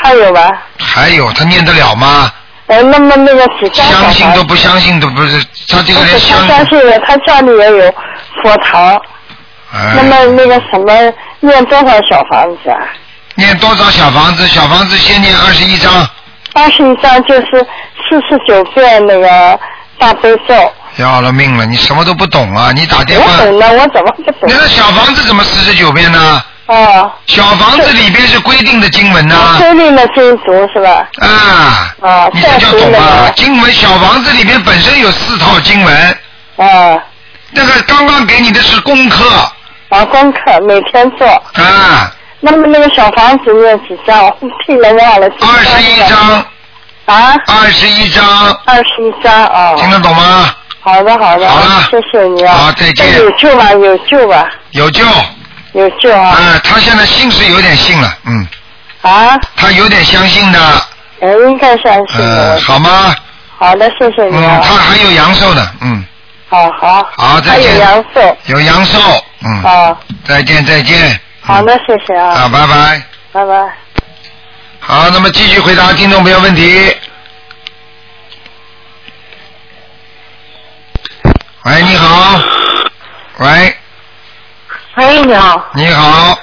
Speaker 5: 还有吧？
Speaker 1: 还有他念得了吗？
Speaker 5: 呃，那么那个几张小
Speaker 1: 相信
Speaker 5: 孩
Speaker 1: 都不相信都不是，他这个人
Speaker 5: 是
Speaker 1: 相
Speaker 5: 他相信了，他家里也有佛堂。
Speaker 1: 哎
Speaker 5: 那么那个什么，念多少小房子啊？
Speaker 1: 念多少小房子？小房子先念二十一章，
Speaker 5: 二十一张就是四十九遍那个大悲咒。
Speaker 1: 要了命了，你什么都不懂啊！你打电话
Speaker 5: 我，懂了，我怎么不懂
Speaker 1: 那？个小房子怎么四十九遍呢？
Speaker 5: 哦，
Speaker 1: 小房子里边是规定的经文呐、
Speaker 5: 规定的禁足是吧？
Speaker 1: 啊，
Speaker 5: 啊
Speaker 1: 你这叫懂
Speaker 5: 再读
Speaker 1: 啊
Speaker 5: 了？
Speaker 1: 经文小房子里边本身有四套经文，
Speaker 5: 啊，
Speaker 1: 那个刚刚给你的是功课
Speaker 5: 啊，功课每天做。
Speaker 1: 啊，
Speaker 5: 那么那个小房子念几张？我替人忘了几张了。
Speaker 1: 二十一章，
Speaker 5: 啊，
Speaker 1: 二十一章，
Speaker 5: 二十一张啊。
Speaker 1: 听得懂吗？
Speaker 5: 好的，好的，
Speaker 1: 好了
Speaker 5: 谢谢你啊。
Speaker 1: 好再见
Speaker 5: 那有救吧，有救吧，
Speaker 1: 有救
Speaker 5: 有救啊！
Speaker 1: 啊！他现在信是有点信了，嗯，
Speaker 5: 啊，
Speaker 1: 他有点相信的，
Speaker 5: 哎，应该相信的。
Speaker 1: 呃，好吗？
Speaker 5: 好的，谢谢你
Speaker 1: 嗯，
Speaker 5: 啊。
Speaker 1: 他还有阳寿呢，嗯，
Speaker 5: 好好。
Speaker 1: 好再
Speaker 5: 还
Speaker 1: 见
Speaker 5: 有阳寿。
Speaker 1: 有阳寿，嗯，
Speaker 5: 啊，
Speaker 1: 再见再见，
Speaker 5: 好的，谢谢啊，
Speaker 1: 啊，拜拜。
Speaker 5: 拜拜。
Speaker 1: 好，那么继续回答听众朋友问题。喂，你好。喂，
Speaker 4: 喂，你好，
Speaker 1: 你好，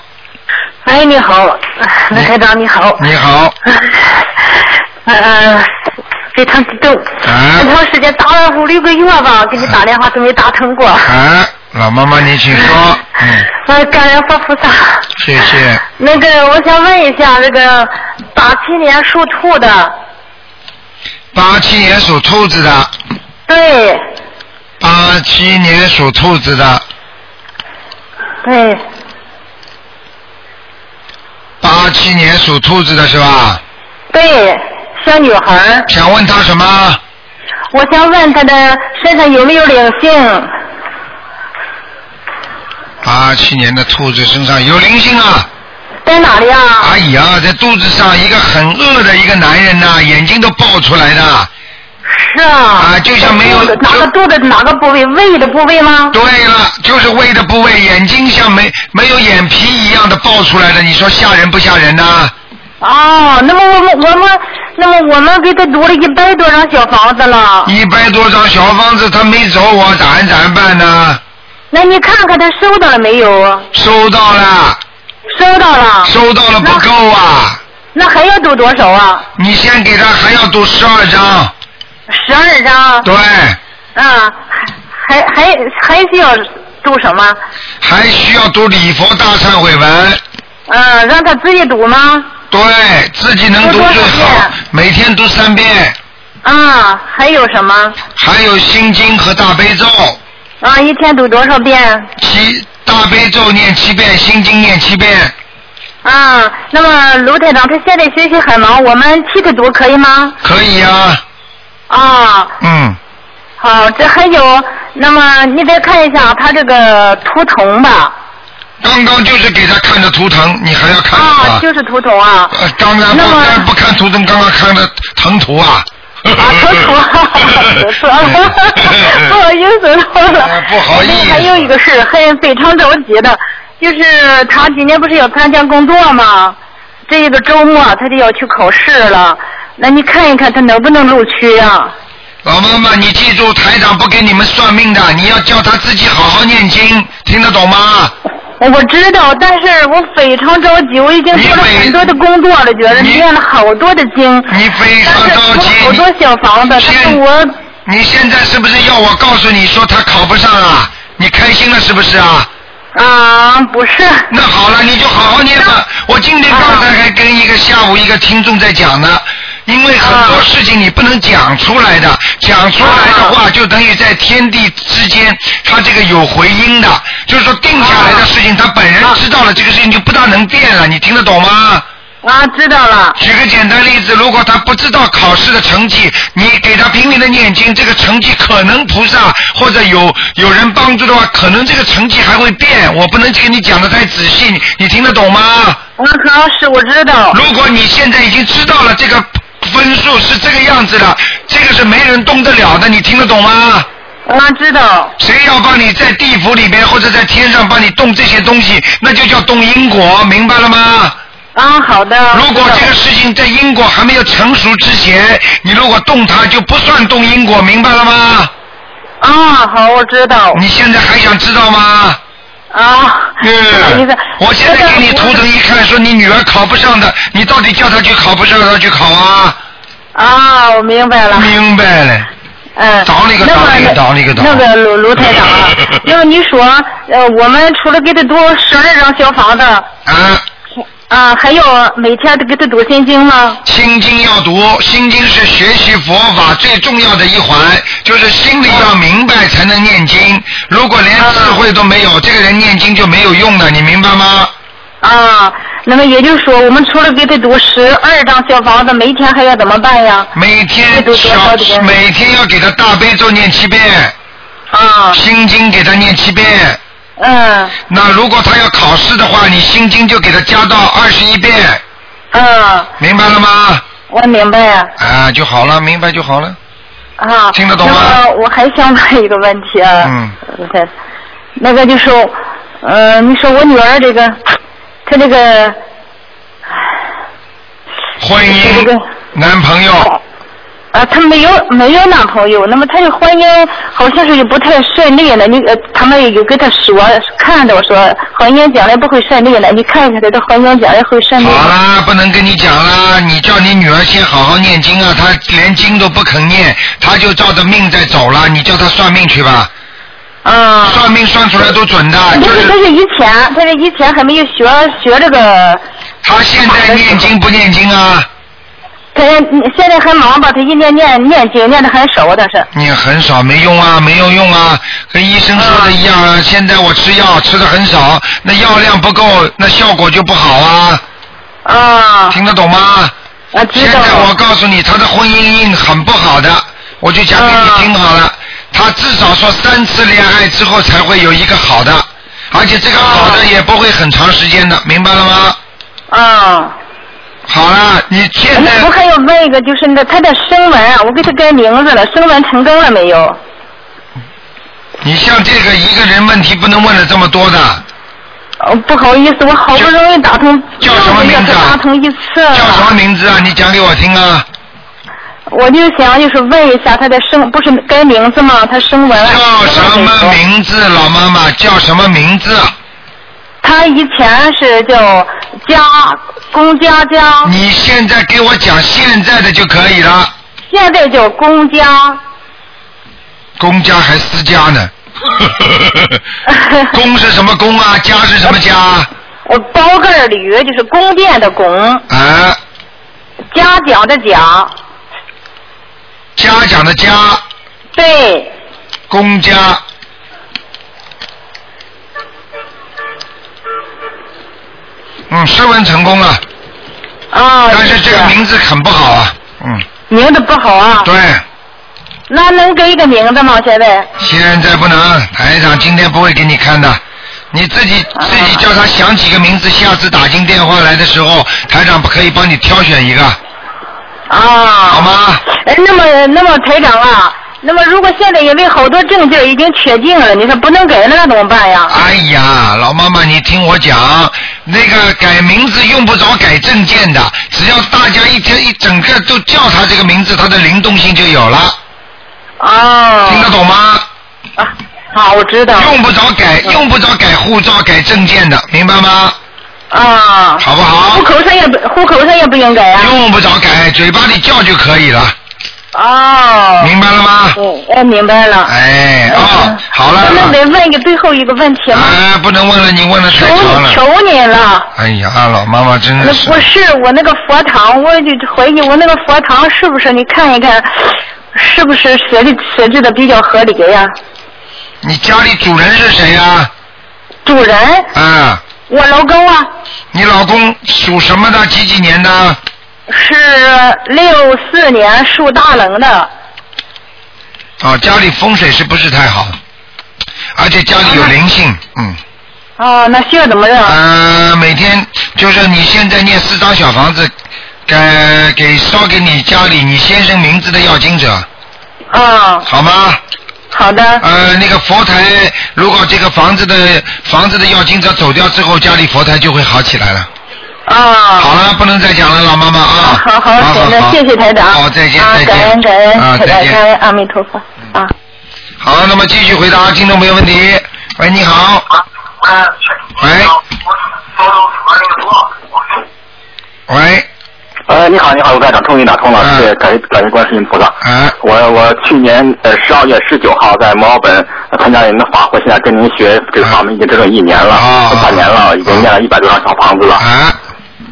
Speaker 4: 喂，你好，
Speaker 1: 你
Speaker 4: 那台长你好，
Speaker 1: 你好，
Speaker 4: 呃，非常激动，
Speaker 1: 啊
Speaker 4: 很长时间打了五六个月吧，给你打电话都没打通 过。
Speaker 1: 啊，老妈妈，你请说。嗯，
Speaker 4: 呃，感恩佛菩萨。
Speaker 1: 谢谢。
Speaker 4: 那个，我想问一下，这个八七年属兔的，
Speaker 1: 八七年属兔子的，
Speaker 4: 对，
Speaker 1: 八七年属兔子的，
Speaker 4: 对，
Speaker 1: 八七年属兔子的是吧？
Speaker 4: 对，小女孩儿，
Speaker 1: 想问他什么？
Speaker 4: 我想问她的身上有没有灵性？
Speaker 1: 八七年的兔子身上有灵性啊。
Speaker 4: 在哪里啊？
Speaker 1: 哎呀，在肚子上一个很饿的一个男人呐、眼睛都爆出来的。
Speaker 4: 是啊。
Speaker 1: 啊就像没有
Speaker 4: 哪个肚子哪个部位？胃的部位吗？
Speaker 1: 对了，就是胃的部位，眼睛像没没有眼皮一样的爆出来的，你说吓人不吓人呐、
Speaker 4: 哦，那么我们我们那么我们给他读了一百多张小房子了。
Speaker 1: 一百多张小房子他没走，我咋咋办呢？
Speaker 4: 那你看看他收到了没有？
Speaker 1: 收到了，
Speaker 4: 收到了。
Speaker 1: 收到了不够啊！
Speaker 4: 那还要读多少啊？
Speaker 1: 你先给他还要读十二张，
Speaker 4: 十二张。
Speaker 1: 对，
Speaker 4: 啊，还还还需要读什么？
Speaker 1: 还需要读礼佛大忏悔文，
Speaker 4: 嗯、让他自己读吗？
Speaker 1: 对自己能读
Speaker 4: 读多少
Speaker 1: 最好
Speaker 4: 遍，
Speaker 1: 每天读三遍，
Speaker 4: 啊，还有什么？
Speaker 1: 还有心经和大悲咒，
Speaker 4: 啊，一天读多少遍？
Speaker 1: 七大悲咒念七遍，心经念七遍。
Speaker 4: 啊，那么卢台长他现在学习很忙，我们替他读可以吗？
Speaker 1: 可以啊，
Speaker 4: 啊，
Speaker 1: 嗯，
Speaker 4: 好，这还有，那么你再看一下他这个图腾吧。
Speaker 1: 刚刚就是给他看的图腾，你还要看
Speaker 4: 啊，
Speaker 1: 啊？
Speaker 4: 就是图腾啊。
Speaker 1: 呃，当然不
Speaker 4: 那么
Speaker 1: 当然不看图腾，刚刚看的腾图啊。啊
Speaker 4: 啊，图 腾，说错了，不好意思，错
Speaker 1: 哎
Speaker 4: 了。
Speaker 1: 不好意思
Speaker 4: 那还有一个事，很非常着急的，就是他今年不是要参加工作吗？这一个周末他就要去考试了，那你看一看他能不能录取呀、
Speaker 1: 老妈妈，你记住，台长不给你们算命的，你要叫他自己好好念经，听得懂吗？
Speaker 4: 我知道，但是我非常着急，我已经做了
Speaker 1: 你每
Speaker 4: 很多的工作了，觉得
Speaker 1: 你
Speaker 4: 念了好多的经，
Speaker 1: 你非
Speaker 4: 但
Speaker 1: 常
Speaker 4: 是
Speaker 1: 着急，
Speaker 4: 我好多小房子，但是
Speaker 1: 现
Speaker 4: 我
Speaker 1: 你现在是不是要我告诉你说他考不上啊？你开心了是不是啊？
Speaker 4: 啊、不是
Speaker 1: 那好了，你就好好念吧。我今天刚才
Speaker 4: 啊
Speaker 1: 还跟一个下午一个听众在讲呢，因为很多
Speaker 4: 啊
Speaker 1: 事情你不能讲出来的，讲出来的话就等于在天地之间，他这个有回音的，就是说定下来的事
Speaker 4: 啊
Speaker 1: 情，他本人知道了这个事情就不大能变了，你听得懂吗？
Speaker 4: 啊，知道了
Speaker 1: 举个简单例子，如果他不知道考试的成绩，你给他拼命的念经，这个成绩可能菩萨或者有有人帮助的话，可能这个成绩还会变。我不能跟你讲的太仔细，你你听得懂吗？
Speaker 4: 啊，是我知道
Speaker 1: 如果你现在已经知道了这个分数是这个样子的，这个是没人动得了的，你听得懂吗？
Speaker 4: 啊，知道
Speaker 1: 谁要帮你在地府里边或者在天上帮你动这些东西，那就叫动因果，明白了吗？
Speaker 4: 啊，好的。
Speaker 1: 如果
Speaker 4: 我知
Speaker 1: 这
Speaker 4: 道
Speaker 1: 个事情在因果还没有成熟之前，你如果动它，就不算动因果，明白了吗？
Speaker 4: 啊，好，我知道
Speaker 1: 你现在还想知道吗？
Speaker 4: 啊。不好意
Speaker 1: 嗯
Speaker 4: 思，
Speaker 1: 我现在给你图腾一看，说你女儿考不上的，你到底叫她去考不上，她去考啊？
Speaker 4: 啊，我明白了。
Speaker 1: 明白了，
Speaker 4: 嗯，
Speaker 1: 倒了一个
Speaker 4: 那么
Speaker 1: 倒了一个倒了一个倒，
Speaker 4: 那个卢卢台长啊 那么你说，呃，我们除了给他读十二张小房子，
Speaker 1: 啊，
Speaker 4: 啊，还有每天给他读心经吗？
Speaker 1: 心经要读，心经是学习佛法最重要的一环，就是心里要明白才能念经。如果连智慧都没有，这个人念经就没有用了，你明白吗？
Speaker 4: 啊，那么也就是说，我们除了给他读十二张小房子，每天还要怎么办呀？
Speaker 1: 每天
Speaker 4: 阅读多
Speaker 1: 小
Speaker 4: 少遍
Speaker 1: 每天要给他大悲咒念七遍，
Speaker 4: 啊，
Speaker 1: 心经给他念七遍。
Speaker 4: 嗯
Speaker 1: 那如果他要考试的话，你心经就给他加到二十一遍，
Speaker 4: 嗯，
Speaker 1: 明白了吗？
Speaker 4: 我明白呀。
Speaker 1: 啊，就好了，明白就好了。
Speaker 4: 啊，
Speaker 1: 听得懂吗
Speaker 4: 那么我还想问一个问题啊，
Speaker 1: 嗯
Speaker 4: 卢太太，那个就是，呃，你说我女儿这个，她这个
Speaker 1: 婚
Speaker 4: 这
Speaker 1: 姻
Speaker 4: 个、
Speaker 1: 男朋友，
Speaker 4: 啊，她没有没有男朋友，那么她的婚姻好像是不太顺利呢。你呃，他们有跟她说看到说婚姻将来不会顺利了，你看一下她的婚姻将来会顺利
Speaker 1: 好
Speaker 4: 吗？
Speaker 1: 啦，不能跟你讲啦，你叫你女儿先好好念经啊，她连经都不肯念，她就照着命在走了，你叫她算命去吧，
Speaker 4: 啊，
Speaker 1: 算命算出来都准的，
Speaker 4: 不，
Speaker 1: 啊就是
Speaker 4: 她
Speaker 1: 是
Speaker 4: 是以前，她是以前还没有学学这个。
Speaker 1: 她现在念经不念经啊？
Speaker 4: 他现在还忙吧，他一念念念经念的很少，但是
Speaker 1: 你很少没用啊，没有用啊，跟医生说的一样啊。现在我吃药吃的很少，那药量不够，那效果就不好啊。
Speaker 4: 啊，
Speaker 1: 听得懂吗？
Speaker 4: 我知
Speaker 1: 现
Speaker 4: 道
Speaker 1: 在我告诉你，他的婚姻运很不好的，我就讲给你听好
Speaker 4: 啊
Speaker 1: 了。他至少说三次恋爱之后才会有一个好的，而且这个好的也不会很长时间的，明白了吗？
Speaker 4: 啊。
Speaker 1: 好了，啊你现在
Speaker 4: 我还要问一个，就是那他的声纹啊，我给他改名字了，声纹成功了没有？
Speaker 1: 你像这个一个人问题不能问了这么多的，
Speaker 4: 哦，不好意思，我好不容易打通，
Speaker 1: 叫叫什么名字啊
Speaker 4: 打通一次
Speaker 1: 叫什么
Speaker 4: 了，
Speaker 1: 名字啊？你讲给我听啊。
Speaker 4: 我就想就是问一下他的声，不是改名字吗？他声纹啊
Speaker 1: 叫什
Speaker 4: 声纹
Speaker 1: 么
Speaker 4: 没有
Speaker 1: 名字，老妈妈叫什么名字？
Speaker 4: 他以前是叫江龚家江，
Speaker 1: 你现在给我讲现在的就可以了，
Speaker 4: 现在叫龚家。
Speaker 1: 公家还私 家呢？公是什么公啊？家是什么家？
Speaker 4: 我包个儿驴就是宫殿的宫，
Speaker 1: 啊，
Speaker 4: 嘉奖的奖，
Speaker 1: 家长的家，
Speaker 4: 对，
Speaker 1: 公家。嗯，试问成功了，
Speaker 4: 啊、
Speaker 1: 但是这个名字很不好啊。嗯，
Speaker 4: 名字不好啊。
Speaker 1: 对，
Speaker 4: 那能给一个名字吗？现在？
Speaker 1: 现在不能，台长今天不会给你看的，你自己
Speaker 4: 啊
Speaker 1: 自己叫他想几个名字，下次打进电话来的时候，台长可以帮你挑选一个，
Speaker 4: 啊。
Speaker 1: 好
Speaker 4: 好？
Speaker 1: 吗？
Speaker 4: 哎，那么那么台长啊，那么如果现在因为好多证件已经确定了，你说不能给了，那怎么办呀？
Speaker 1: 哎呀，老妈妈，你听我讲，那个改名字用不着改证件的，只要大家一天一整个都叫他这个名字，他的灵动性就有了，
Speaker 4: 啊。
Speaker 1: 听得懂吗？
Speaker 4: 啊，好，我知道。嗯
Speaker 1: 用不着改，用不着改护照、改证件的，明白吗？
Speaker 4: 啊。
Speaker 1: 好不好
Speaker 4: 户？口上也不，户口上也不应该啊。
Speaker 1: 用不着改，嘴巴里叫就可以了，
Speaker 4: 哦。
Speaker 1: 明白了吗？
Speaker 4: 嗯，哎，明白了。
Speaker 1: 哎，哦
Speaker 4: 嗯，
Speaker 1: 好了，
Speaker 4: 那得问一个最后一个问题吗？
Speaker 1: 啊，不能问了，你问的
Speaker 4: 求
Speaker 1: 太长
Speaker 4: 你
Speaker 1: 了。
Speaker 4: 求你了。
Speaker 1: 哎呀，老妈妈真
Speaker 4: 那
Speaker 1: 的是
Speaker 4: 不，是我那个佛堂，我就怀疑我那个佛堂是不是你看一看，是不是设计设计的比较合理呀？
Speaker 1: 你家里主人是谁呀、
Speaker 4: 主人，
Speaker 1: 啊？啊，
Speaker 4: 我老公啊
Speaker 1: 你老公属什么的？几几年的？
Speaker 4: 是六四年属大龙的，
Speaker 1: 啊，家里风水是不是太好？而且家里有灵性，嗯，
Speaker 4: 哦，啊那需要怎么认？
Speaker 1: 呃，每天就是你现在念四张小房子，给给烧给你家里你先生名字的要经者，
Speaker 4: 啊，
Speaker 1: 好吗？
Speaker 4: 好的，
Speaker 1: 呃，那个佛台，如果这个房子的房子的要经者走掉之后，家里佛台就会好起来了。
Speaker 5: 啊。
Speaker 1: 好了，不能再讲了，老妈妈啊。
Speaker 5: 好好行那谢谢台长。
Speaker 1: 好，再见，
Speaker 5: 啊
Speaker 1: 再，见。
Speaker 5: 感恩感恩，
Speaker 1: 啊，
Speaker 5: 台
Speaker 1: 再
Speaker 5: 长感
Speaker 1: 见。
Speaker 5: 恩阿弥陀佛啊。
Speaker 1: 好，那么继续回答听众朋友问题。喂，你好。
Speaker 6: 啊
Speaker 1: 喂。喂，
Speaker 6: 呃，你好，你好，卢台长，终于打通了，
Speaker 1: 嗯
Speaker 6: 谢谢感谢感谢观世音菩萨。
Speaker 1: 啊，
Speaker 6: 我我去年呃十二月十九号在墨尔本呃参加您的法会，现在跟您学这个法门已经整整一年了，
Speaker 1: 啊
Speaker 6: 半年了，已经念了一百多张小房子了。
Speaker 1: 啊，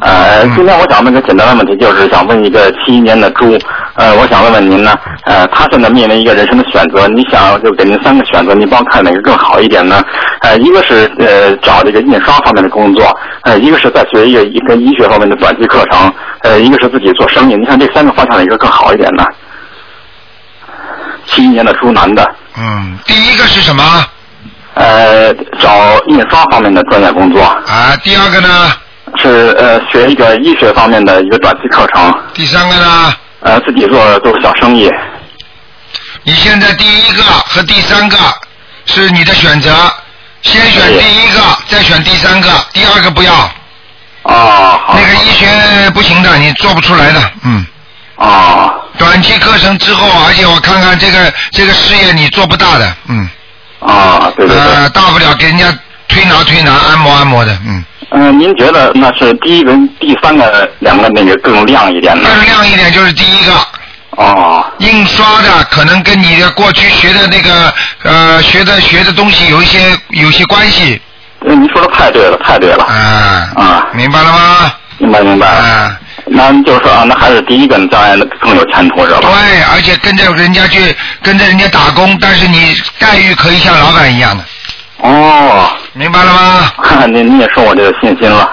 Speaker 6: 呃，今天我想问个简单的问题，就是想问一个七一年的猪，呃，我想问问您呢，呃，他现在面临一个人生的选择，你想就给您三个选择，您帮我看哪个更好一点呢？呃，一个是呃找这个印刷方面的工作，呃，一个是在学一个一个医学方面的短期课程，呃，一个是自己做生意，你看这三个方向哪个更好一点呢？七一年的猪男的，
Speaker 1: 嗯，第一个是什么？
Speaker 6: 呃，找印刷方面的专业工作，
Speaker 1: 啊，第二个呢？
Speaker 6: 是呃学一个医学方面的一个短期课程。
Speaker 1: 第三个呢？
Speaker 6: 呃，自己做做小生意。
Speaker 1: 你现在第一个和第三个是你的选择，先选
Speaker 6: 对
Speaker 1: 第一个，再选第三个，第二个不要，
Speaker 6: 哦，好
Speaker 1: 那个医学不行的，你做不出来的，嗯。
Speaker 6: 哦
Speaker 1: 短期课程之后，啊而且我看看这个这个事业你做不大的，嗯，
Speaker 6: 哦，对对对。
Speaker 1: 呃，大不了给人家推拿推拿、按摩按摩的，嗯，
Speaker 6: 嗯、您觉得那是第一个、第三个两个那个更亮一点呢？
Speaker 1: 更亮一点就是第一个，
Speaker 6: 哦
Speaker 1: 印刷的可能跟你的过去学的那个呃学的学的东西有一些有些关系，
Speaker 6: 呃您说的太对了，太对了。
Speaker 1: 啊、
Speaker 6: 啊
Speaker 1: 明白了吗？
Speaker 6: 明白明白。
Speaker 1: 啊、
Speaker 6: 那就是说啊，那还是第一个障碍的更有前途是吧？
Speaker 1: 对，而且跟着人家去跟着人家打工，但是你待遇可以像老板一样的，
Speaker 6: 哦，
Speaker 1: 明白了吗？
Speaker 6: 看 看您您也说我这个信心 了。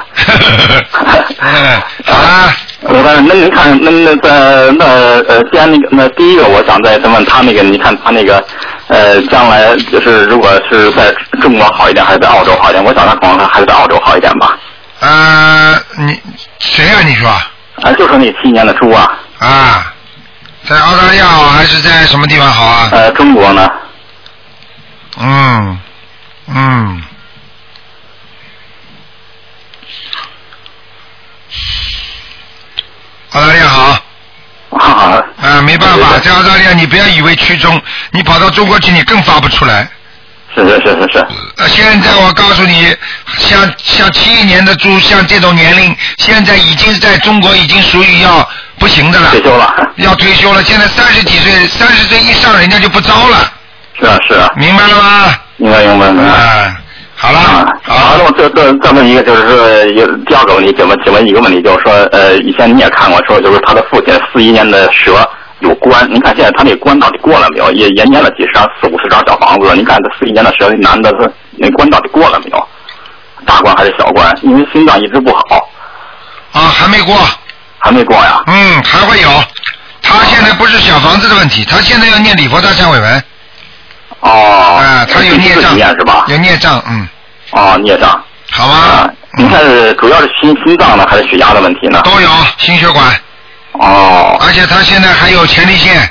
Speaker 1: 嗯，好啦，
Speaker 6: 我看，那您看，那那在那呃，既然那个那第一个，我想再问他那个，你看他那个呃，将来就是如果是在中国好一点，还是在澳洲好一点？我想他可能还是在澳洲好一点吧。
Speaker 1: 呃，你谁呀、你说
Speaker 6: 啊，就说那七年的猪啊，
Speaker 1: 啊，在澳大利亚好还是在什么地方好啊？
Speaker 6: 呃，中国呢，呃
Speaker 1: 嗯，嗯。澳大利亚好，
Speaker 6: 哈哈，
Speaker 1: 啊、没办
Speaker 6: 对
Speaker 1: 法，
Speaker 6: 对对
Speaker 1: 在澳大利亚你不要以为曲中，你跑到中国去你更发不出来。
Speaker 6: 是是是是是，
Speaker 1: 呃，现在我告诉你，像像七一年的猪，像这种年龄，现在已经在中国已经属于要不行的了，
Speaker 6: 退休了，
Speaker 1: 要退休了。现在三十几岁，三十岁以上人家就不招了，
Speaker 6: 是啊是啊，
Speaker 1: 明白了吗？
Speaker 6: 明白明白明白。
Speaker 1: 啊，好了，
Speaker 6: 啊，好，
Speaker 1: 好
Speaker 6: 那，我再再再问一个，就是说，也第二个问题，请问请问一个问题，就是说，呃，以前你也看过，说就是他的父亲四一年的蛇有关，您看现在他那关到底过了没有？也也念了几十张、四五十张小房子了，您看这四一年的蛇那男的是那关到底过了没有？大关还是小关？因为心脏一直不好，
Speaker 1: 啊，还没过，
Speaker 6: 还没过呀？啊
Speaker 1: 嗯，还会有。他现在不是小房子的问题，他现在要念礼佛大忏悔文，
Speaker 6: 哦，
Speaker 1: 啊，他有孽
Speaker 6: 自己
Speaker 1: 障
Speaker 6: 念是吧？
Speaker 1: 有孽障，嗯，
Speaker 6: 哦，孽障
Speaker 1: 好吗？
Speaker 6: 您啊看
Speaker 1: 嗯，
Speaker 6: 是主要是心心脏呢，还是血压的问题呢？
Speaker 1: 都有心血管，
Speaker 6: 哦
Speaker 1: 而且他现在还有前列腺，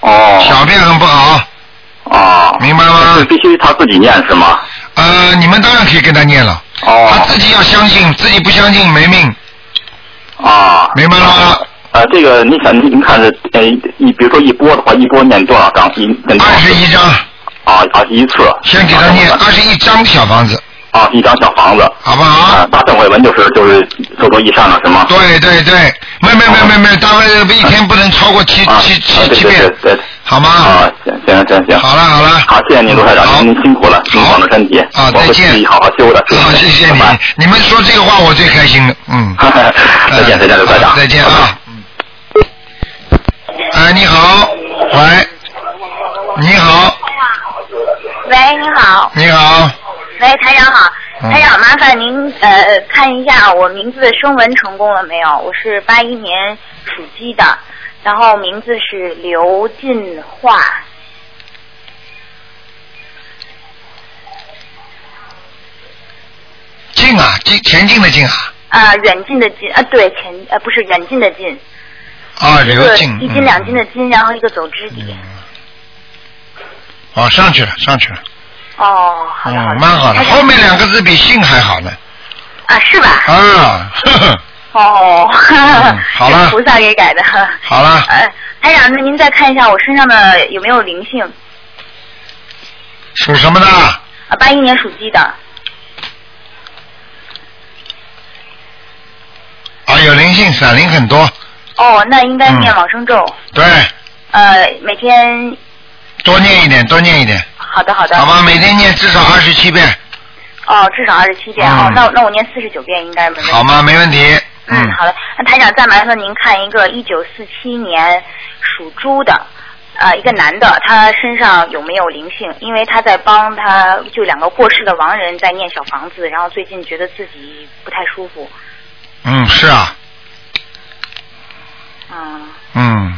Speaker 6: 哦
Speaker 1: 小便很不好，
Speaker 6: 哦，
Speaker 1: 明白吗
Speaker 6: 是必须他自己念是吗？
Speaker 1: 呃，你们当然可以跟他念了，
Speaker 6: 哦，
Speaker 1: 他自己要相信，自己不相信没命，
Speaker 6: 啊，
Speaker 1: 明白了吗？
Speaker 6: 呃，这个你想，您看是呃，你比如说一波的话，一波念多少章？一念多少
Speaker 1: 二十一张，
Speaker 6: 啊啊一次。
Speaker 1: 先 给他念二十一张小房子，
Speaker 6: 啊，一张小房子。
Speaker 1: 好不
Speaker 6: 啊
Speaker 1: 好？，
Speaker 6: 大忏悔文就是就是做多益善了，是吗？
Speaker 1: 对对对，没没没没没，单位一天不能超过七
Speaker 6: 啊，
Speaker 1: 七
Speaker 6: 啊
Speaker 1: 七
Speaker 6: 对
Speaker 1: 七
Speaker 6: 对
Speaker 1: 遍，
Speaker 6: 对对。
Speaker 1: 好吗？
Speaker 6: 啊，行行行行。
Speaker 1: 好了好了，
Speaker 6: 好，谢谢您，卢台
Speaker 1: 好
Speaker 6: 长，您辛苦了，您保重身体，
Speaker 1: 啊
Speaker 6: 我
Speaker 1: 再
Speaker 6: 会
Speaker 1: 见
Speaker 6: 自己好好修的。
Speaker 1: 好，谢谢你
Speaker 6: 拜拜，。
Speaker 1: 你们说这个话我最开心了，嗯
Speaker 6: 再见，再见，刘科
Speaker 1: 好
Speaker 6: 长。
Speaker 1: 再见
Speaker 6: 拜拜
Speaker 1: 啊。哎，你好，喂，你好，
Speaker 7: 喂，你好，
Speaker 1: 你好，
Speaker 7: 喂，台长好，
Speaker 1: 嗯
Speaker 7: 台长麻烦您呃看一下我名字的声纹成功了没有？我是八一年属鸡的，然后名字是刘进化，
Speaker 1: 进啊，进前进的进啊，
Speaker 7: 啊、远近的近，啊，对，前呃不是远近的近，
Speaker 1: 啊，
Speaker 7: 一
Speaker 1: 刘
Speaker 7: 个
Speaker 1: 进，
Speaker 7: 一斤两斤的斤，然后一个走之底。
Speaker 1: 嗯哦，上去了，上去了，
Speaker 7: 哦，好的好
Speaker 1: 嗯，
Speaker 7: 的，
Speaker 1: 蛮好的，
Speaker 7: 台长
Speaker 1: 后面两个字比姓还好呢，
Speaker 7: 啊，是吧？
Speaker 1: 啊， 呵呵
Speaker 7: 哦，
Speaker 1: 嗯 好了
Speaker 7: 是菩萨给改的。
Speaker 1: 好了，
Speaker 7: 呃，台长，那您再看一下我身上的有没有灵性？
Speaker 1: 属什么的？
Speaker 7: 啊，八一年属鸡的，
Speaker 1: 啊，有灵性，散灵很多，
Speaker 7: 哦，那应该念
Speaker 1: 嗯
Speaker 7: 往生咒，
Speaker 1: 对，
Speaker 7: 呃，每天，
Speaker 1: 多念一点，多念一点，
Speaker 7: 好的好的，
Speaker 1: 好吧，每天念至少二十七遍，
Speaker 7: 哦，至少二十七遍，哦
Speaker 1: 嗯，
Speaker 7: 那那我念四十九遍应该没问题。
Speaker 1: 好吗？没问题。
Speaker 7: 嗯，好的。那台长再麻烦您看一个一九四七年属猪的，呃，一个男的，他身上有没有灵性？因为他在帮他就两个过世的亡人在念小房子，然后最近觉得自己不太舒服，
Speaker 1: 嗯，是啊，
Speaker 7: 嗯，
Speaker 1: 嗯，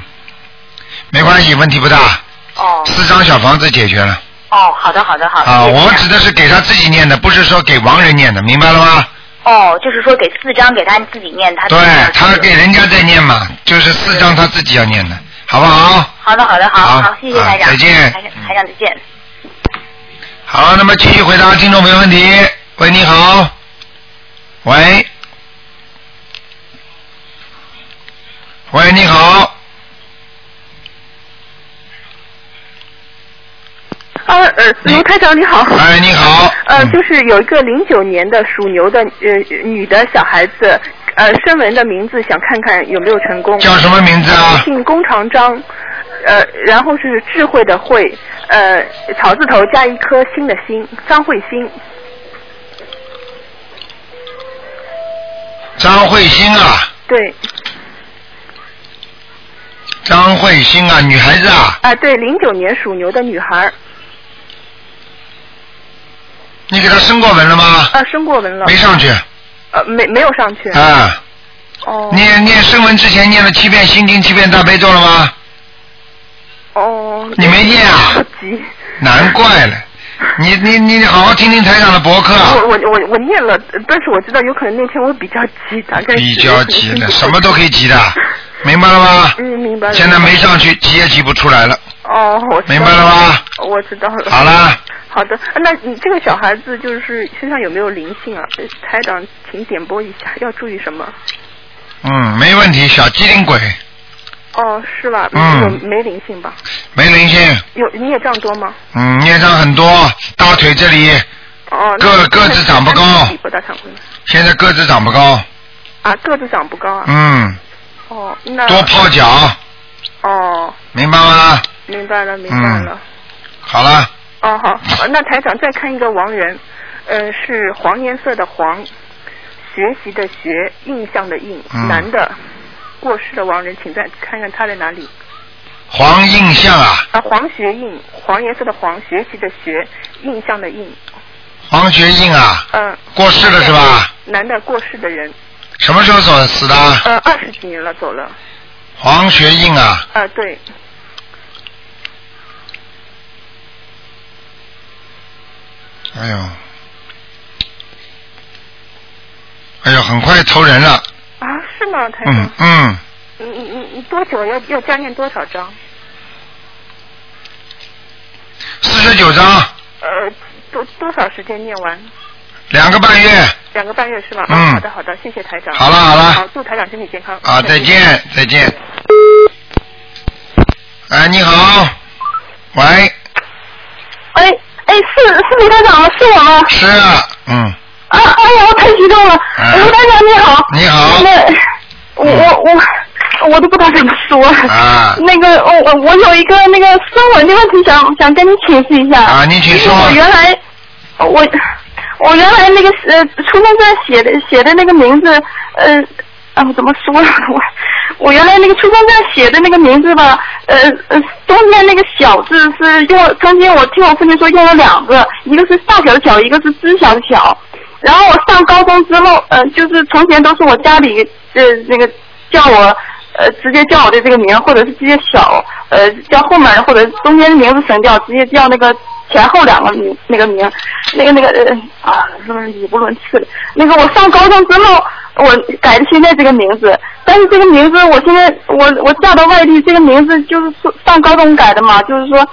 Speaker 1: 没关系，问题不大，
Speaker 7: 哦，
Speaker 1: 四张小房子解决了。
Speaker 7: 哦，好的，好的，好的。
Speaker 1: 啊，
Speaker 7: 谢谢
Speaker 1: 我
Speaker 7: 台
Speaker 1: 们
Speaker 7: 长
Speaker 1: 指的是给他自己念的，不是说给亡人念的，明白了吗？
Speaker 7: 哦，就是说给四张给他自己念，他自
Speaker 1: 对
Speaker 7: 己念
Speaker 1: 他给人家在念嘛，就是四张他自己要念的，好不好？
Speaker 7: 好的，好的，
Speaker 1: 好
Speaker 7: 好好，谢谢
Speaker 1: 啊
Speaker 7: 台长，
Speaker 1: 再见
Speaker 7: 台长，台长再见。
Speaker 1: 好，那么继续回答听众朋友问题。喂，你好。喂。喂，你好。
Speaker 8: 啊，呃，
Speaker 1: 你
Speaker 8: 卢台长你好。
Speaker 1: 哎，你好。
Speaker 8: 呃，
Speaker 1: 嗯
Speaker 8: 就是有一个零九年的属牛的呃女的小孩子，呃，声纹的名字想看看有没有成功。呃
Speaker 1: 叫什么名字啊？
Speaker 8: 姓龚长章，呃，然后是智慧的慧，呃，草字头加一颗心的心，张慧心。
Speaker 1: 张慧欣啊，
Speaker 8: 对，
Speaker 1: 张慧欣啊，女孩子啊，
Speaker 8: 啊、对，零九年属牛的女孩，
Speaker 1: 你给她生过文了吗？
Speaker 8: 啊、生过文了
Speaker 1: 没，上去
Speaker 8: 呃，没没有上去。
Speaker 1: 啊。
Speaker 8: 哦。
Speaker 1: 念念声文之前念了七遍心经，七遍大悲咒了吗？
Speaker 8: 哦。
Speaker 1: 你没念啊
Speaker 8: 着急。
Speaker 1: 难怪了，你你你好好听听台长的博客啊，
Speaker 8: 我我我我念了，但是我知道有可能那天我比较急，大概是
Speaker 1: 比较急
Speaker 8: 有可能
Speaker 1: 了，
Speaker 8: 是
Speaker 1: 什么都可以急的，明白了吗？
Speaker 8: 嗯，明白了。
Speaker 1: 现在没上去，急也急不出来了。
Speaker 8: 哦，我知道
Speaker 1: 明白了吗？
Speaker 8: 我知道了。
Speaker 1: 好啦，
Speaker 8: 好的，那你这个小孩子就是身上有没有灵性啊？台长，请点拨一下，要注意什么？
Speaker 1: 嗯，没问题，小机灵鬼，
Speaker 8: 哦，是吧？
Speaker 1: 嗯
Speaker 8: 有没灵性吧？
Speaker 1: 没灵性，
Speaker 8: 有你也这样多吗？
Speaker 1: 嗯，孽障很多，大腿这里
Speaker 8: 哦，
Speaker 1: 个
Speaker 8: 那
Speaker 1: 个子长不高
Speaker 8: 那你不大长不高
Speaker 1: 现在个子长不高，
Speaker 8: 啊，个子长不高啊。
Speaker 1: 嗯，
Speaker 8: 哦，那
Speaker 1: 多泡脚，
Speaker 8: 哦，
Speaker 1: 明白吗？
Speaker 8: 明白了，明白
Speaker 1: 嗯
Speaker 8: 了。
Speaker 1: 好了，
Speaker 8: 哦，好，呃那台长再看一个亡人，呃，是黄颜色的黄，学习的学，印象的印，
Speaker 1: 嗯
Speaker 8: 男的，过世的亡人，请再看看他在哪里。
Speaker 1: 黄印象啊，
Speaker 8: 啊，黄学印，黄颜色的黄，学习的学，印象的印，
Speaker 1: 黄学印啊，
Speaker 8: 嗯、
Speaker 1: 过世了是吧？啊
Speaker 8: 男的过世的人，
Speaker 1: 什么时候走死的？
Speaker 8: 呃，二十几年了，走了，
Speaker 1: 黄学印啊，
Speaker 8: 啊、对，
Speaker 1: 哎呦，哎呦，很快投人了，
Speaker 8: 啊，是吗，台长
Speaker 1: 嗯？嗯，
Speaker 8: 你你你你多久要要加念多少张？
Speaker 1: 四十九章，
Speaker 8: 呃，多多少时间念完？
Speaker 1: 两个半月，
Speaker 8: 两个半月是吧？
Speaker 1: 嗯
Speaker 8: 啊好的好的，谢谢台长。
Speaker 1: 好了好了
Speaker 8: 好，祝台长身体健康。
Speaker 1: 啊，再见再见。哎，你好，喂，
Speaker 5: 哎哎，是是卢台长吗？是我吗？
Speaker 1: 是啊，嗯，
Speaker 5: 啊，哎呀，我太激动了！
Speaker 1: 啊
Speaker 5: 卢台长你好。
Speaker 1: 你好嗯
Speaker 5: 那我我我我都不知道怎么说。
Speaker 1: 啊
Speaker 5: 那个我我我有一个那个声纹的问题想，想跟你请示一下。
Speaker 1: 啊你请说
Speaker 5: 我原来我我原来那个呃出生证写的写的那个名字呃啊怎么说我。我原来那个出生证写的那个名字吧，呃呃，中间那个小字是用了，中间我听我父亲说用了两个，一个是大小的小，一个是知晓的晓。然后我上高中之后，呃，就是从前都是我家里呃那个叫我呃直接叫我的这个名，或者是直接小呃叫后面或者中间的名字省掉，直接叫那个前后两个名那个名，那个那个呃啊，是不是语不伦次了？那个我上高中之后，我改的现在这个名字，但是这个名字我现在我我嫁到外地，这个名字就是说上高中改的嘛，就是说